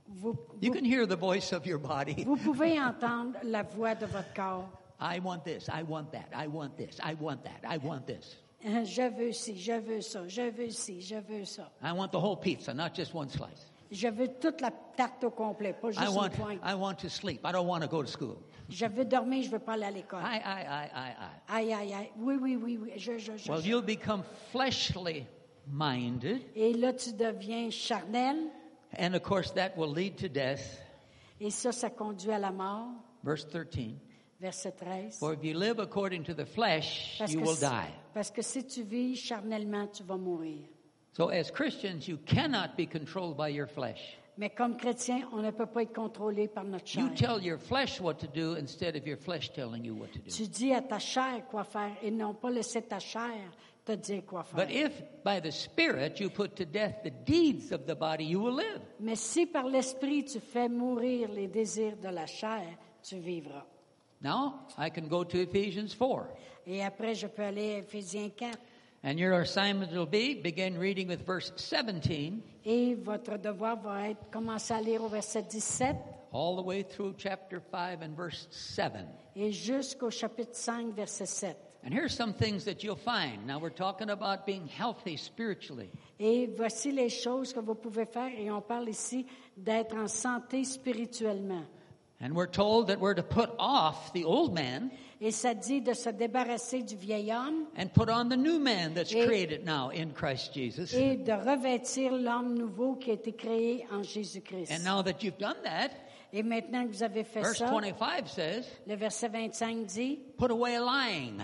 Vous,
You can hear the voice of your body.
vous pouvez entendre la voix de votre corps.
I want this. I want that. I want this. I want that. I want this.
Hein, Je veux ci, je veux ça, je veux ci, je veux ça.
I want the whole pizza, not just one slice.
Je veux toute la tarte au complet, pas juste
I
une
want.
pointe.
I want to sleep. I don't want to go to school.
Je veux dormir, je veux pas aller à l'école.
I. I. I. I. I.
Aïe, aïe, aïe. Oui, oui, oui, oui. Je, je, je,
Well,
je.
you'll become fleshly minded,
Et là, tu deviens charnel.
and of course that will lead to death.
Et ça, ça conduit à la mort.
Verse thirteen.
Verset 13.
For if you live according to the flesh, you will
si-
die.
parce que si tu vis charnellement, tu vas mourir.
So, as Christians, you cannot be controlled by your flesh.
Mais comme chrétien, on ne peut pas être contrôlé par notre chair.
You tell your flesh what to do instead of your flesh telling you what to do.
Tu dis à ta chair quoi faire et non pas laisser ta chair te dire quoi faire.
But if by the Spirit you put to death the deeds of the body, you will live.
Mais si par l'esprit tu fais mourir les désirs de la chair, tu vivras.
Now, I can go to Ephesians 4.
Et après, je peux aller à Éphésiens 4.
And your assignment will be begin reading with verse 17
Et votre devoir va être commencer à lire au verset 17
all the way through chapter 5 and verse 7.
et jusqu'au chapitre 5, verset 7.
And here's some things that you'll find. Now, we're talking about being healthy spiritually.
Et voici les choses que vous pouvez faire. Et on parle ici d'être en santé spirituellement.
And we're told that we're to put off the old man
Et ça dit de se débarrasser du vieil homme
and put on the new man that's
Et-
created now in Christ Jesus.
et de revêtir l'homme nouveau qui a été créé en
And
Jésus-Christ.
now that you've done that,
Et maintenant que vous avez fait
verse
ça,
25 says,
le verset 25 dit,
put away lying.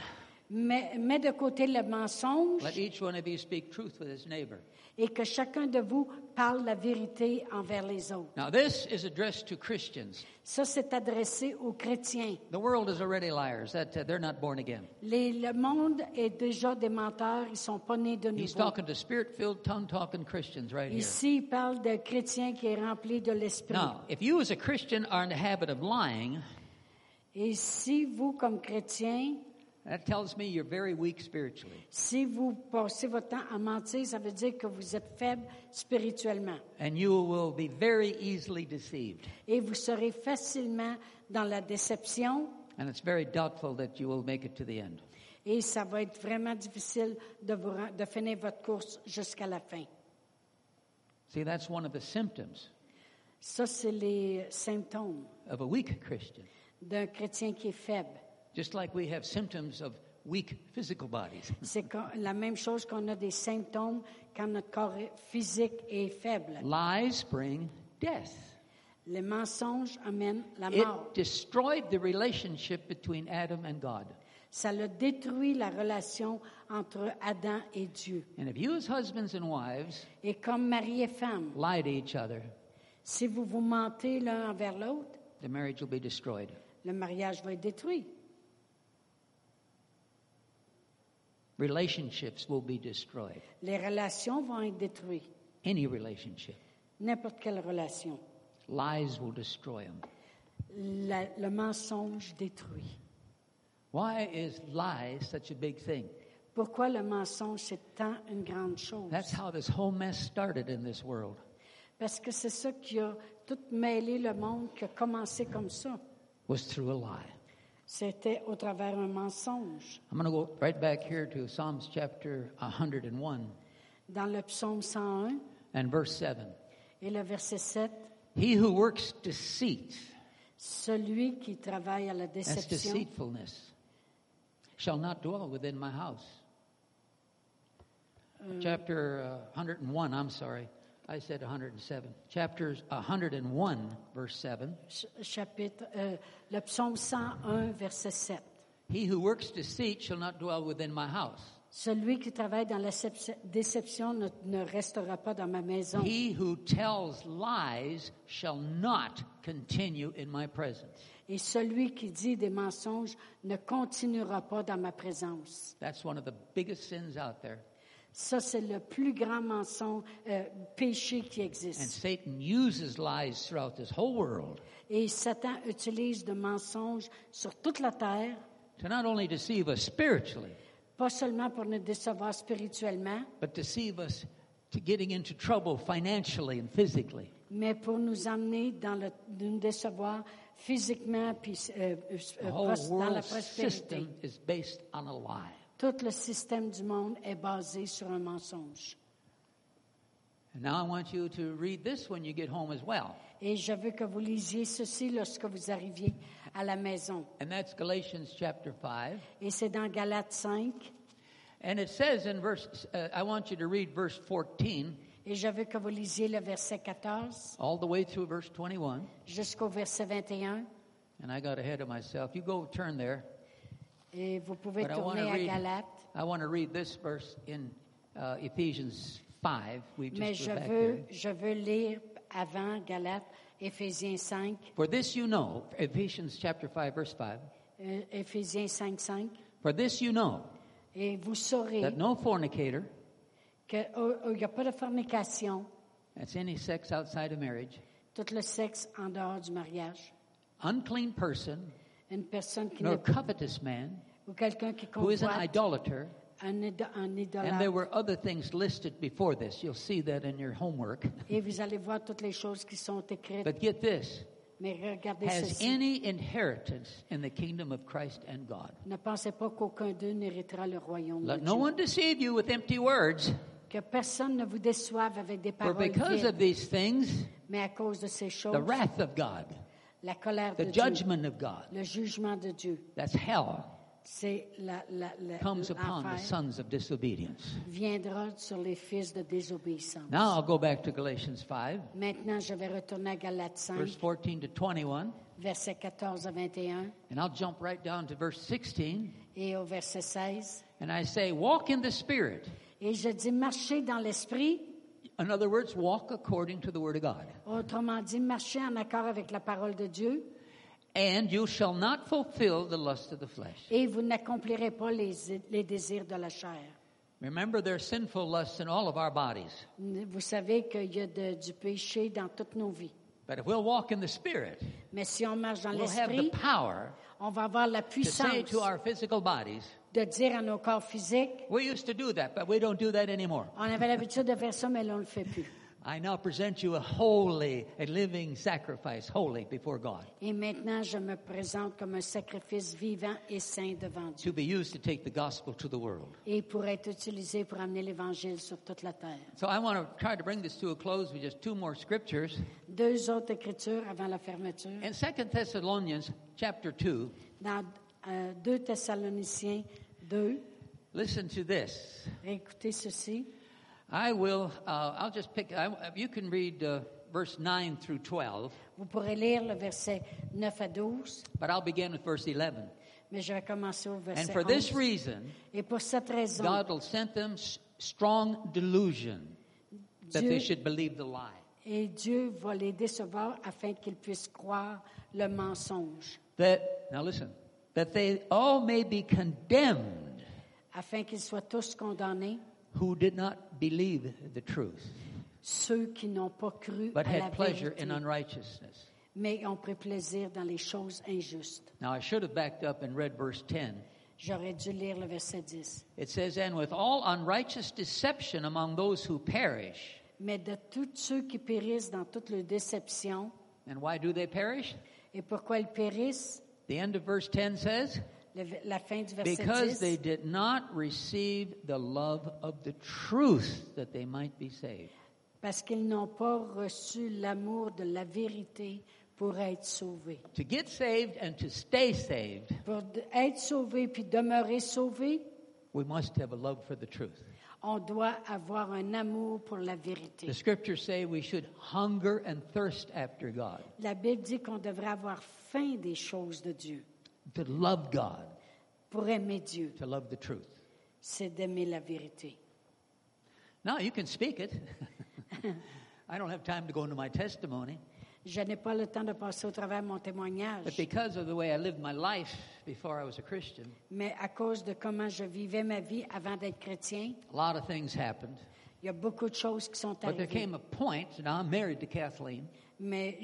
mets, mets de côté le mensonge
Let each one of you speak truth with his neighbor.
et que chacun de vous parle la vérité envers les autres.
Now, this is addressed to Christians.
Ça, c'est adressé aux chrétiens.
The world is already liars, that uh, they're not born again.
Les- le monde est déjà des menteurs, ils sont pas nés de
He's
nouveau.
talking to spirit filled, tongue talking Christians right here.
Ici, il parle de chrétien qui est rempli de l'esprit.
Now, if you as a Christian are in the habit of lying,
Et si vous, comme chrétien,
that tells me you're very weak spiritually.
si vous passez votre temps à mentir, ça veut dire que vous êtes faible spirituellement
And you will be very easily deceived.
et vous serez facilement dans la déception
And it's very doubtful that you will make it to the end.
et ça va être vraiment difficile de, vous ren- de finir votre course jusqu'à la fin.
See, that's one of the symptoms
Ça, c'est les symptômes
of a weak Christian.
d'un chrétien qui est faible.
Just like we have symptoms of weak physical bodies.
C'est quand- la même chose qu'on a des symptômes quand notre corps est- physique est faible.
Lies bring death.
Les mensonges amènent la
It
mort.
destroyed the relationship between Adam and God.
Ça le détruit la relation entre Adam et Dieu.
And if you, as husbands and wives,
Et comme mari et femme,
lie to each other,
si vous vous mentez l'un envers l'autre,
the marriage will be destroyed.
le mariage va être détruit.
Relationships will be destroyed.
Les relations vont être détruites.
Any relationship.
N'importe quelle relation.
Lies will destroy them.
La- le mensonge détruit.
Why is lies such a big thing?
Pourquoi le mensonge, c'est tant une grande chose?
That's how this whole mess started in this world.
Parce que c'est ça qui a tout mêlé le monde, qui a commencé comme ça.
Was through a lie.
C'était au travers un mensonge.
I'm going to go right back here to Psalms chapter 101
Dans le psaume 101
and verse 7.
et le verset 7,
He who works deceit,
celui qui travaille à la
that's
déception,
deceitfulness, shall not dwell within my house. Chapter uh, 101, I'm sorry. I said 107. Chapter 101, verse 7.
ch- chapitre, euh, le psaume 101, verset 7.
He who works deceit shall not dwell within my house.
Celui qui travaille dans la sep- déception ne, ne restera pas dans ma maison.
He who tells lies shall not continue in my presence.
Et celui qui dit des mensonges ne continuera pas dans ma présence.
That's one of the biggest sins out there.
Ça, c'est le plus grand mensonge, euh, péché qui
And
existe.
Satan uses lies throughout this whole world
Et Satan utilise de mensonges sur toute la terre,
to not only deceive us spiritually,
pas seulement pour nous décevoir spirituellement,
but deceive us to getting into trouble financially and physically.
mais pour nous emmener dans le, de nous décevoir physiquement puis euh, euh,
The whole
pros- dans la
world
prospérité.
system is based on a lie.
Tout le système du monde est basé sur un mensonge.
And now I want you to read this when you get home as well.
Et je veux que vous lisiez ceci lorsque vous arriviez à la maison.
And that's Galatians chapter 5.
Et c'est dans Galates 5.
And it says in verse, uh, I want you to read verse 14
Et je veux que vous lisiez le verset 14
all the way through verse 21.
jusqu'au verset 21.
And I got ahead of myself. You go turn there.
Et vous pouvez
I want to
tourner à
read,
Galates.
I want to read this verse in uh, Ephesians 5. We
Mais
just
je
were back
veux,
there.
je veux lire avant Galates, Éphésiens 5,
For this you know, Ephesians chapter 5, verse 5.
euh, Éphésiens 5, 5,
For this you know,
et vous saurez oh,
that no fornicator,
qu'il n'y a pas de fornication,
that's any sex outside of marriage,
tout le sexe en dehors du mariage.
unclean person,
Une personne qui
nor
n'est pas,
covetous man,
ou quelqu'un qui
who is an
convoite
idolater,
un, ido- un idolâtre.
and there were other things listed before this. You'll see that in your homework.
Et vous allez voir toutes les choses qui sont écrites.
But get this
Mais regardez
has
ceci.
any inheritance in the kingdom of Christ and God.
Ne pensez pas qu'aucun d'eux n'héritera le royaume de
Let
Dieu.
no one deceive you with empty words,
Que personne ne vous déçoive avec des
for
paroles
because of
vides.
these things,
Mais à cause de ces choses,
the wrath of God,
la colère
the
de Dieu,
judgment of God,
le jugement de Dieu,
that's hell,
c'est la, la, la-
comes upon the
l'enfer
sons of disobedience.
viendra sur les fils de désobéissance.
Now I'll go back to Galatians 5,
Maintenant, je vais retourner à Galates 5,
verse 14 to 21,
versets 14 à 21
and I'll jump right down to verse 16,
et au verset 16.
and I say, Walk in the Spirit.
Et je dis, marchez dans l'esprit.
In other words, walk according to the Word of God.
Autrement dit, marchez en accord avec la parole de Dieu
And you shall not fulfill the lust of the flesh.
et vous n'accomplirez pas les, les désirs de la chair.
Remember, there are sinful lusts in all of our bodies.
Vous savez qu'il y a de- du péché dans toutes nos vies.
But if we'll walk in the Spirit,
Mais si on marche dans
we'll have the
l'esprit,
power
on va avoir la
to say
puissance
to our physical bodies,
de dire à nos corps physiques,
we used to do that, but we don't do that anymore.
on avait l'habitude de faire ça, mais là, on ne le fait plus.
I now present you a holy, a living sacrifice, holy before God,
Et maintenant, je me présente comme un sacrifice vivant et saint devant Dieu
to be used to take the gospel to the world.
et pour être utilisé pour amener l'Évangile sur toute la terre.
So I want to try to bring this to a close with just two more scriptures.
Deux autres écritures avant la fermeture.
In 2 Thessalonians chapter 2,
Dans euh, 2 Thessaloniciens 2,
listen to this.
écoutez ceci.
I will, uh, I'll just pick, I, you can read uh, verse 9 through 12,
Vous pourrez lire le verset 9 à 12,
but I'll begin with verse 11.
mais je vais commencer au
And
verset
for this
11.
reason,
Et pour cette raison,
God will send them s- strong delusion that they
Dieu-
should believe the lie.
et Dieu va les décevoir afin qu'ils puissent croire le mensonge,
That, now listen, that they all may be condemned
afin qu'ils soient tous condamnés,
who did not believe the truth,
ceux qui n'ont pas cru
but
à la
had pleasure in
vérité,
unrighteousness.
mais ont pris plaisir dans les choses injustes.
Now I should have backed up and read verse 10.
J'aurais dû lire le verset 10.
It says, And with all unrighteous deception among those who perish.
Mais de tous ceux qui périssent dans toute leur déception,
And why do they perish?
et pourquoi ils périssent,
The end of verse 10 says,
Le- la fin du verset 10,
Because they did not receive the love of the truth that they might be saved.
parce qu'ils n'ont pas reçu l'amour de la vérité pour être sauvés.
To get saved and to stay saved,
Pour de- être sauvés puis demeurer sauvés,
we must have a love for the truth.
on doit avoir un amour pour la vérité.
The scriptures say we should hunger and thirst after God,
La Bible dit qu'on devrait avoir faim des choses de Dieu.
to love God,
Pour aimer Dieu,
to love the truth.
c'est d'aimer la vérité.
Now, you can speak it. I don't have time to go into my testimony,
Je n'ai pas le temps de passer au travers de mon
but
témoignage,
because of the way I lived my life before I was a Christian,
mais à cause de comment je vivais ma vie avant d'être chrétien,
a lot of things happened.
il y a beaucoup de choses qui sont
But
arrivées.
there came a point, and I'm married to Kathleen.
Mais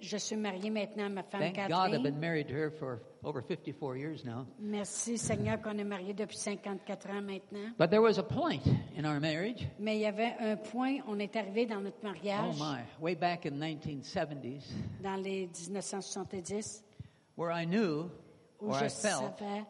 je, je suis mariée maintenant à ma femme
Thank God I've
Kathleen.
been married to her for over 54 years now.
Merci Seigneur qu'on est mariés depuis 54 ans maintenant.
But there was a point in our marriage.
Mais il y avait un point, on est arrivé dans notre
Oh
mariage
my, way back in the 1970s,
dans les 1970
where I knew
où
or
je
I felt
savais,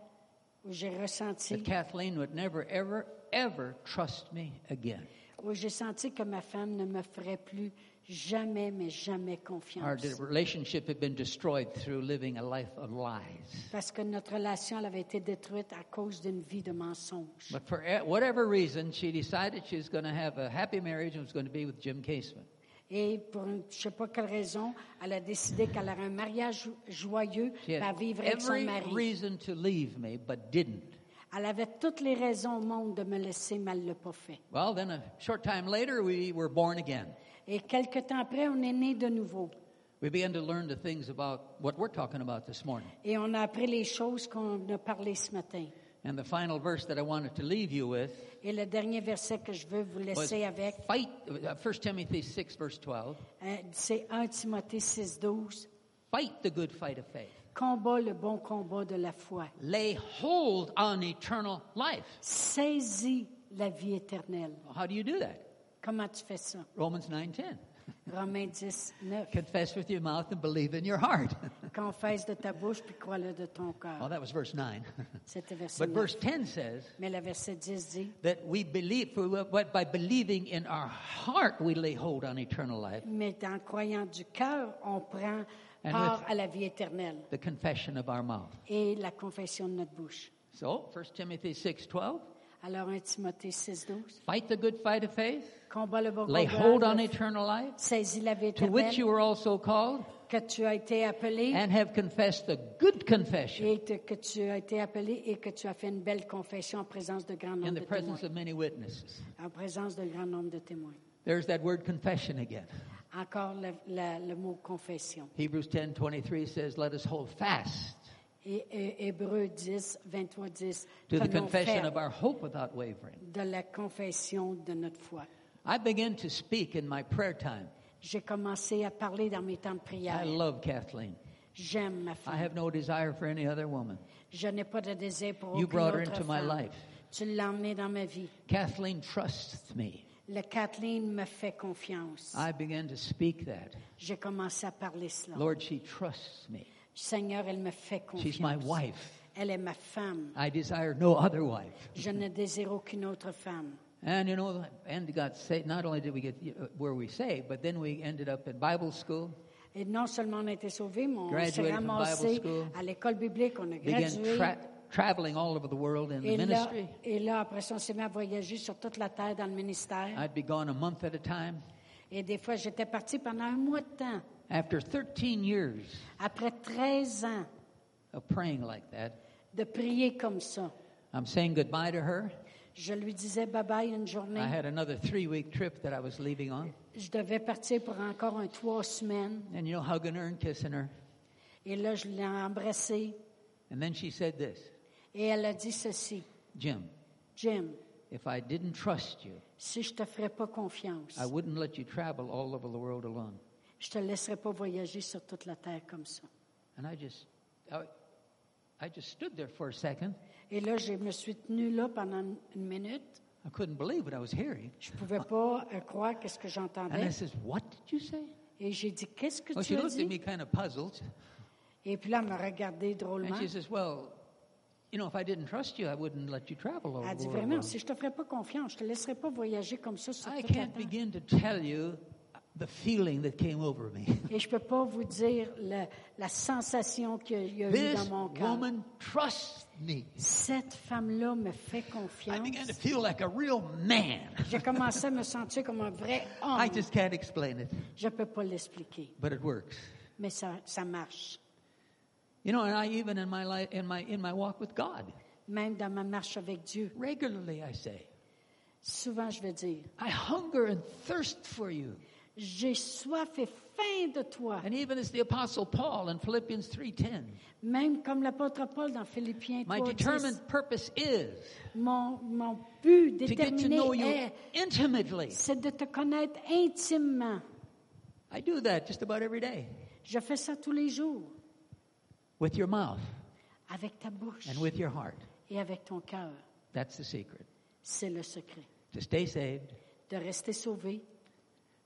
où j'ai ressenti,
that Kathleen would never, ever, ever trust me again.
où j'ai senti que ma femme ne me ferait plus jamais, mais jamais
Our
confiance.
d- relationship had been destroyed through living a life of lies.
Parce que notre relation elle avait été détruite à cause d'une vie de mensonges.
But for e- whatever reason, she decided she was going to have a happy marriage and was going to be with Jim Caseman.
Et pour une- je ne sais pas quelle raison, elle a décidé qu'elle aurait un mariage jo- joyeux,
She
et elle
had
vivrait avec son
every
mari.
reason to leave me, but didn't.
Elle avait toutes les raisons au monde de me laisser, mais elle ne l'a pas fait.
Well, then a short time later, we were born again.
Et quelque temps après, on est né de nouveau.
We began to learn the things about what we're talking about this morning.
Et on a appris les choses qu'on a parlé ce matin.
And the final verse that I wanted to leave you with
Et le dernier verset que je veux vous
was
laisser avec,
fight. uh, 1 Timothy 6, verse 12.
euh, c'est 1 Timothée 6, 12.
Fight the good fight of faith.
Combat le bon combat de la foi.
Lay hold on eternal life.
Saisis la vie éternelle.
Well, How do you do that?
Comment tu fais ça?
Romans 9:10.
Romains 10, 9.
Confess with your mouth and believe in your heart.
Confesse de ta bouche puis crois-le de ton
well,
cœur.
that was verse 9.
C'était verset
but
9.
verse 10 says
Mais le verset 10 dit,
that we believe for what by believing in our heart we lay hold on eternal life.
mais en croyant du cœur, on prend
And
part
with-
à la vie éternelle
The confession of our mouth.
et la confession de notre bouche.
So, 1 Timothy 6:12,
Alors 1 Timothée 6, 12.
fight the good fight of faith,
Combat le bon
lay
combat.
hold on
de-
eternal life,
Saisis la vie
to which
éternelle
you are also called,
que tu as été appelé
and have confessed the good confession
et te- que tu as été appelé et que tu as fait une belle confession en présence de grand
in
nombre
the
de témoins.
presence of many witnesses.
En présence de grand nombre de témoins.
There's that word confession again.
Encore le, la- le mot confession.
Hebrews 10:23 says, "Let us hold fast
Et, et- Hébreux 10, 23, 10.
to the
Tenons
confession
ferme
of our hope without wavering."
de la confession de notre foi.
I begin to speak in my prayer time.
J'ai commencé à parler dans mes temps de
I
prière.
love Kathleen.
J'aime ma
I
femme.
have no desire for any other woman.
Je n'ai pas de désir pour
You
aucune
brought her
autre
into my
femme.
life.
Tu l'as emmenée dans ma vie.
Kathleen trusts me.
Le Kathleen me fait confiance.
I began to speak that.
J'ai commencé à parler cela.
Lord, she trusts me.
Seigneur, elle me fait
She's my
confiance.
wife.
Elle est ma femme.
I desire no other wife.
Je ne désire aucune autre femme.
And you know, and got saved. Not only did we get uh, where we saved, but then we ended up in Bible school,
Et non seulement on a été sauvés, mais on
Graduated
s'est
from Bible
ramassés
school.
à l'école biblique, on a
began
gradué.
tra- traveling all over the world in the
Et là,
ministry.
et là, après ça, on s'est mis à voyager sur toute la terre dans le ministère.
I'd be gone a month at a time.
Et des fois, j'étais partie pendant un mois de temps.
After 13 years
Après 13 ans
of praying like that,
de prier comme ça,
I'm saying goodbye to her.
je lui disais bye-bye une
I
journée.
had another three week trip that I was leaving on.
Je devais partir pour encore un trois semaines.
And you know, hugging her and kissing her.
Et là, je l'ai embrassée.
And then she said this
Et elle a dit ceci.
Jim,
Jim,
if I didn't trust you,
si je te ferais pas confiance,
I wouldn't let you travel all over the world alone.
je te laisserais pas voyager sur toute la terre comme ça.
And I just, I, I just stood there for a second.
Et là, je me suis tenue là pendant une- une minute.
I couldn't believe what I was hearing.
Je pouvais pas euh, croire qu'est-ce que
And I
j'entendais.
says, "What did you say?"
Et j'ai dit, qu'est-ce que
Well,
tu
she
as
looked
dit?
at me kind of puzzled,
Et puis là, elle me regardait
and
drôlement.
she says, "Well, you know, if I didn't trust you, I wouldn't let you travel all
Elle
over
dit,
the world."
vraiment,
alone."
si je te ferais pas confiance, je te laisserais pas voyager comme ça sur
I
toute la
can't
terre.
begin to tell you the feeling that came over me.
Et je peux pas vous dire la, la sensation qu'il y a eu dans
This
mon cœur.
woman trusts me.
Cette femme-là me fait
I
confiance.
began to feel like a real man.
J'ai commencé à me sentir comme un vrai
I
homme.
just can't explain it,
Je peux pas l'expliquer,
but it works.
mais ça, ça marche.
You know, and I even in my life, in my in my walk with God,
Même dans ma marche avec Dieu,
regularly I say,
souvent je vais dire,
I hunger and thirst for you.
j'ai soif et faim de toi.
And even as the apostle Paul in Philippians 3:10,
Même comme l'apôtre Paul dans Philippiens
my
3,
determined purpose is
mon, mon but
to get to know
déterminé
you
est,
intimately.
c'est de te connaître intimement.
I do that just about every day
Je fais ça tous les jours,
with your mouth
avec ta bouche
and with your heart.
et avec ton cœur.
That's the secret.
C'est le secret.
To stay saved,
De rester sauvé,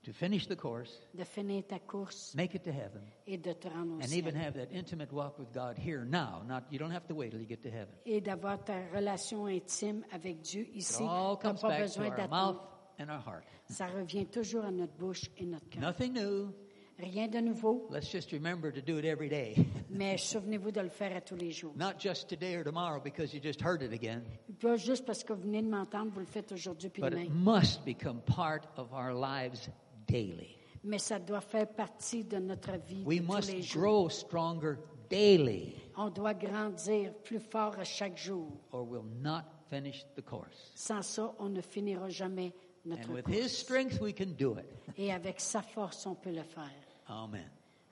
to finish the course,
de finir ta course
make it to heaven,
et de te rendre au
and
ciel.
even have that intimate walk with God here now. Not you don't have to wait till you get to heaven.
et d'avoir ta relation intime avec Dieu
It
ici.
all
T'as
comes
pas
back to
besoin
our mouth
d'attendre.
and our heart.
Ça revient toujours à notre bouche et notre cœur.
Nothing new.
Rien de nouveau,
Let's just remember to do it every day.
mais souvenez-vous de le faire à tous les jours.
Not just today or tomorrow because you just heard it again,
Pas juste parce que vous venez de m'entendre, vous le faites aujourd'hui puis
but it
demain.
must become part of our lives daily.
Mais ça doit faire partie de notre vie
We
de tous
must
les jours.
grow stronger daily
On doit grandir plus fort à chaque jour.
or we'll not finish the course.
Sans ça, on ne finira jamais notre
And with
course.
His strength, we can do it.
Et avec sa force, on peut le faire.
Amen.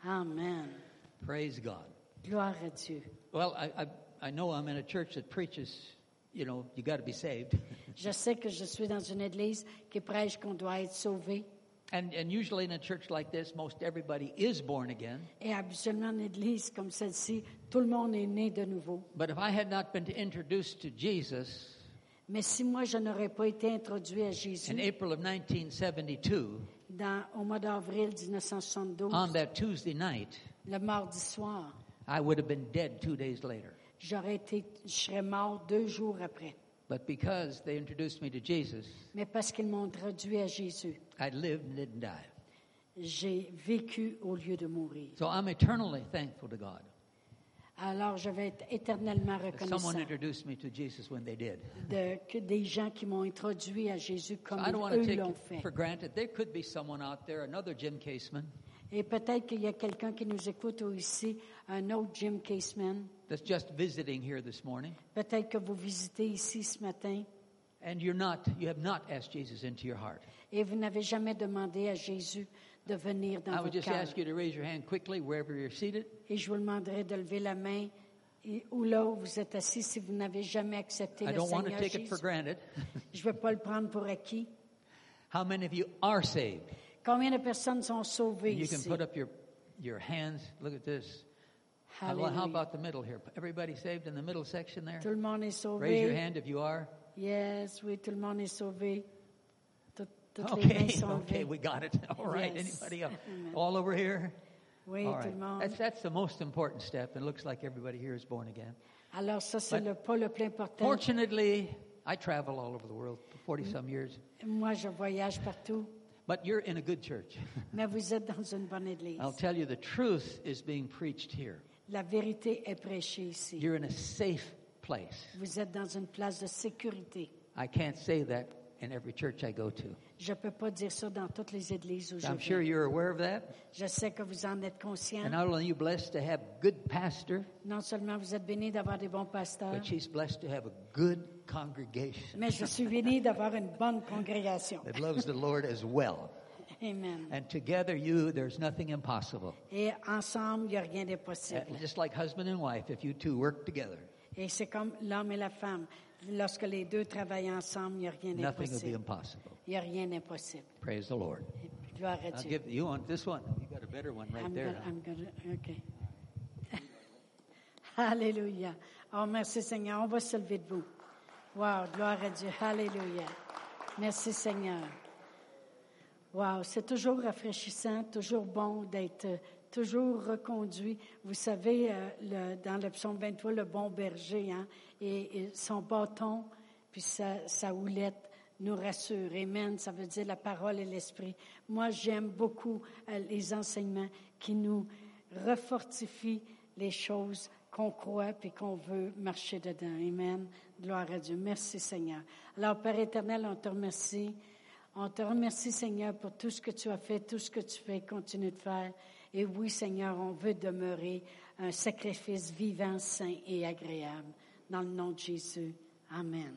Amen.
Praise God.
Gloire à Dieu.
Well, I, I, I know I'm in a church that preaches, you know, you got to be saved.
Je sais que je suis dans une église qui prêche qu'on doit être sauvé.
And, and usually in a church like this, most everybody is born again.
Et habituellement, une église comme celle-ci, tout le monde est né de nouveau.
But if I had not been introduced to Jesus
Mais si moi, je n'aurais pas été introduit à
in
Jésus
April of 1972,
dans- au mois d'avril 1972,
on that Tuesday night,
le mardi soir,
I would have been dead two days later.
j'aurais été, je serais mort deux jours après.
But because they introduced me to Jesus,
Mais parce qu'ils m'ont introduit à Jésus,
I lived and didn't die.
j'ai vécu au lieu de mourir.
So I'm eternally thankful to God
Alors, je vais être éternellement
that
reconnaissant
someone introduced me to Jesus when they did.
de, que des gens qui m'ont introduit à Jésus
So
comme
I don't want to
eux
take
l'ont
it
fait.
for granted. There could be someone out there, another Jim Caseman,
Et peut-être qu'il y a quelqu'un qui nous écoute ou ici, un autre Jim Caseman.
that's just visiting here this morning.
Peut-être que vous visitez ici ce matin
and you're not you have not asked jesus into your heart
et vous n'avez jamais demandé à Jésus de venir
i
dans
would
votre
just
cœur.
ask you to raise your hand quickly wherever you're seated
Et je vous demanderai de lever la main et- ou là où vous êtes assis si vous n'avez jamais accepté
i
le
don't want to
Seigneur
take it
Jésus.
for granted
Je ne veux pas le prendre pour acquis.
how many of you are saved
Combien de personnes sont sauvées
you can
ici?
put up your your hands look at this how,
Hallelujah.
how about the middle here everybody saved in the middle section there
Tout le monde est sauvé.
raise your hand if you are
Yes, oui, tout le monde est sauvé. Tout- toutes les mains
okay
sont
okay
levées.
we got it all right
Yes.
anybody else
Amen.
all over here
Oui,
all
tout
right
le monde.
that's that's the most important step and it looks like everybody here is born again
Alors ça, c'est
But-
le pas le plus important.
fortunately i travel all over the world for 40 some years
Moi, je voyage partout,
but you're in a good church
mais vous êtes dans une bonne église.
I'll tell you the truth is being preached here.
La vérité est prêchée ici.
You're in a safe place.
Vous êtes dans une place de sécurité.
I can't say that in every church I go to.
Je ne peux pas dire ça dans toutes les églises où je
I'm
vais.
sure you're aware of that.
Je sais que vous en êtes conscient.
And not only are you blessed to have good pastor,
Non seulement vous êtes bénis d'avoir des bons pasteurs,
but she's blessed to have a good congregation
mais je suis béni d'avoir une bonne congrégation.
that loves the Lord as well.
Amen.
And together you there's nothing impossible.
Et ensemble, il n'y a rien
Uh,
d'impossible.
Just like husband and wife, if you two work together,
Et c'est comme l'homme et la femme. Lorsque les deux travaillent ensemble, il n'y a rien
nothing will be
d'impossible.
impossible.
Il n'y a rien d'impossible.
Praise the Lord.
Gloire à
I'll
Dieu.
give you on this one. You got a better one right
I'm
there.
gonna-
huh?
I'm gonna- okay. Alléluia. Oh, merci Seigneur. On va se lever debout. Wow, gloire à Dieu. Alléluia. Merci Seigneur. Wow, c'est toujours rafraîchissant, toujours bon d'être euh, toujours reconduit. Vous savez, euh, le- dans le psaume 23, le bon berger, hein, et, et son bâton, puis sa, sa houlette nous rassure. Amen, ça veut dire la parole et l'esprit. Moi, j'aime beaucoup euh, les enseignements qui nous refortifient les choses qu'on croit puis qu'on veut marcher dedans. Amen. Gloire à Dieu. Merci Seigneur. Alors, Père éternel, on te remercie. On te remercie, Seigneur, pour tout ce que tu as fait, tout ce que tu fais, continue de faire. Et oui, Seigneur, on veut demeurer un sacrifice vivant, saint et agréable. Dans le nom de Jésus. Amen.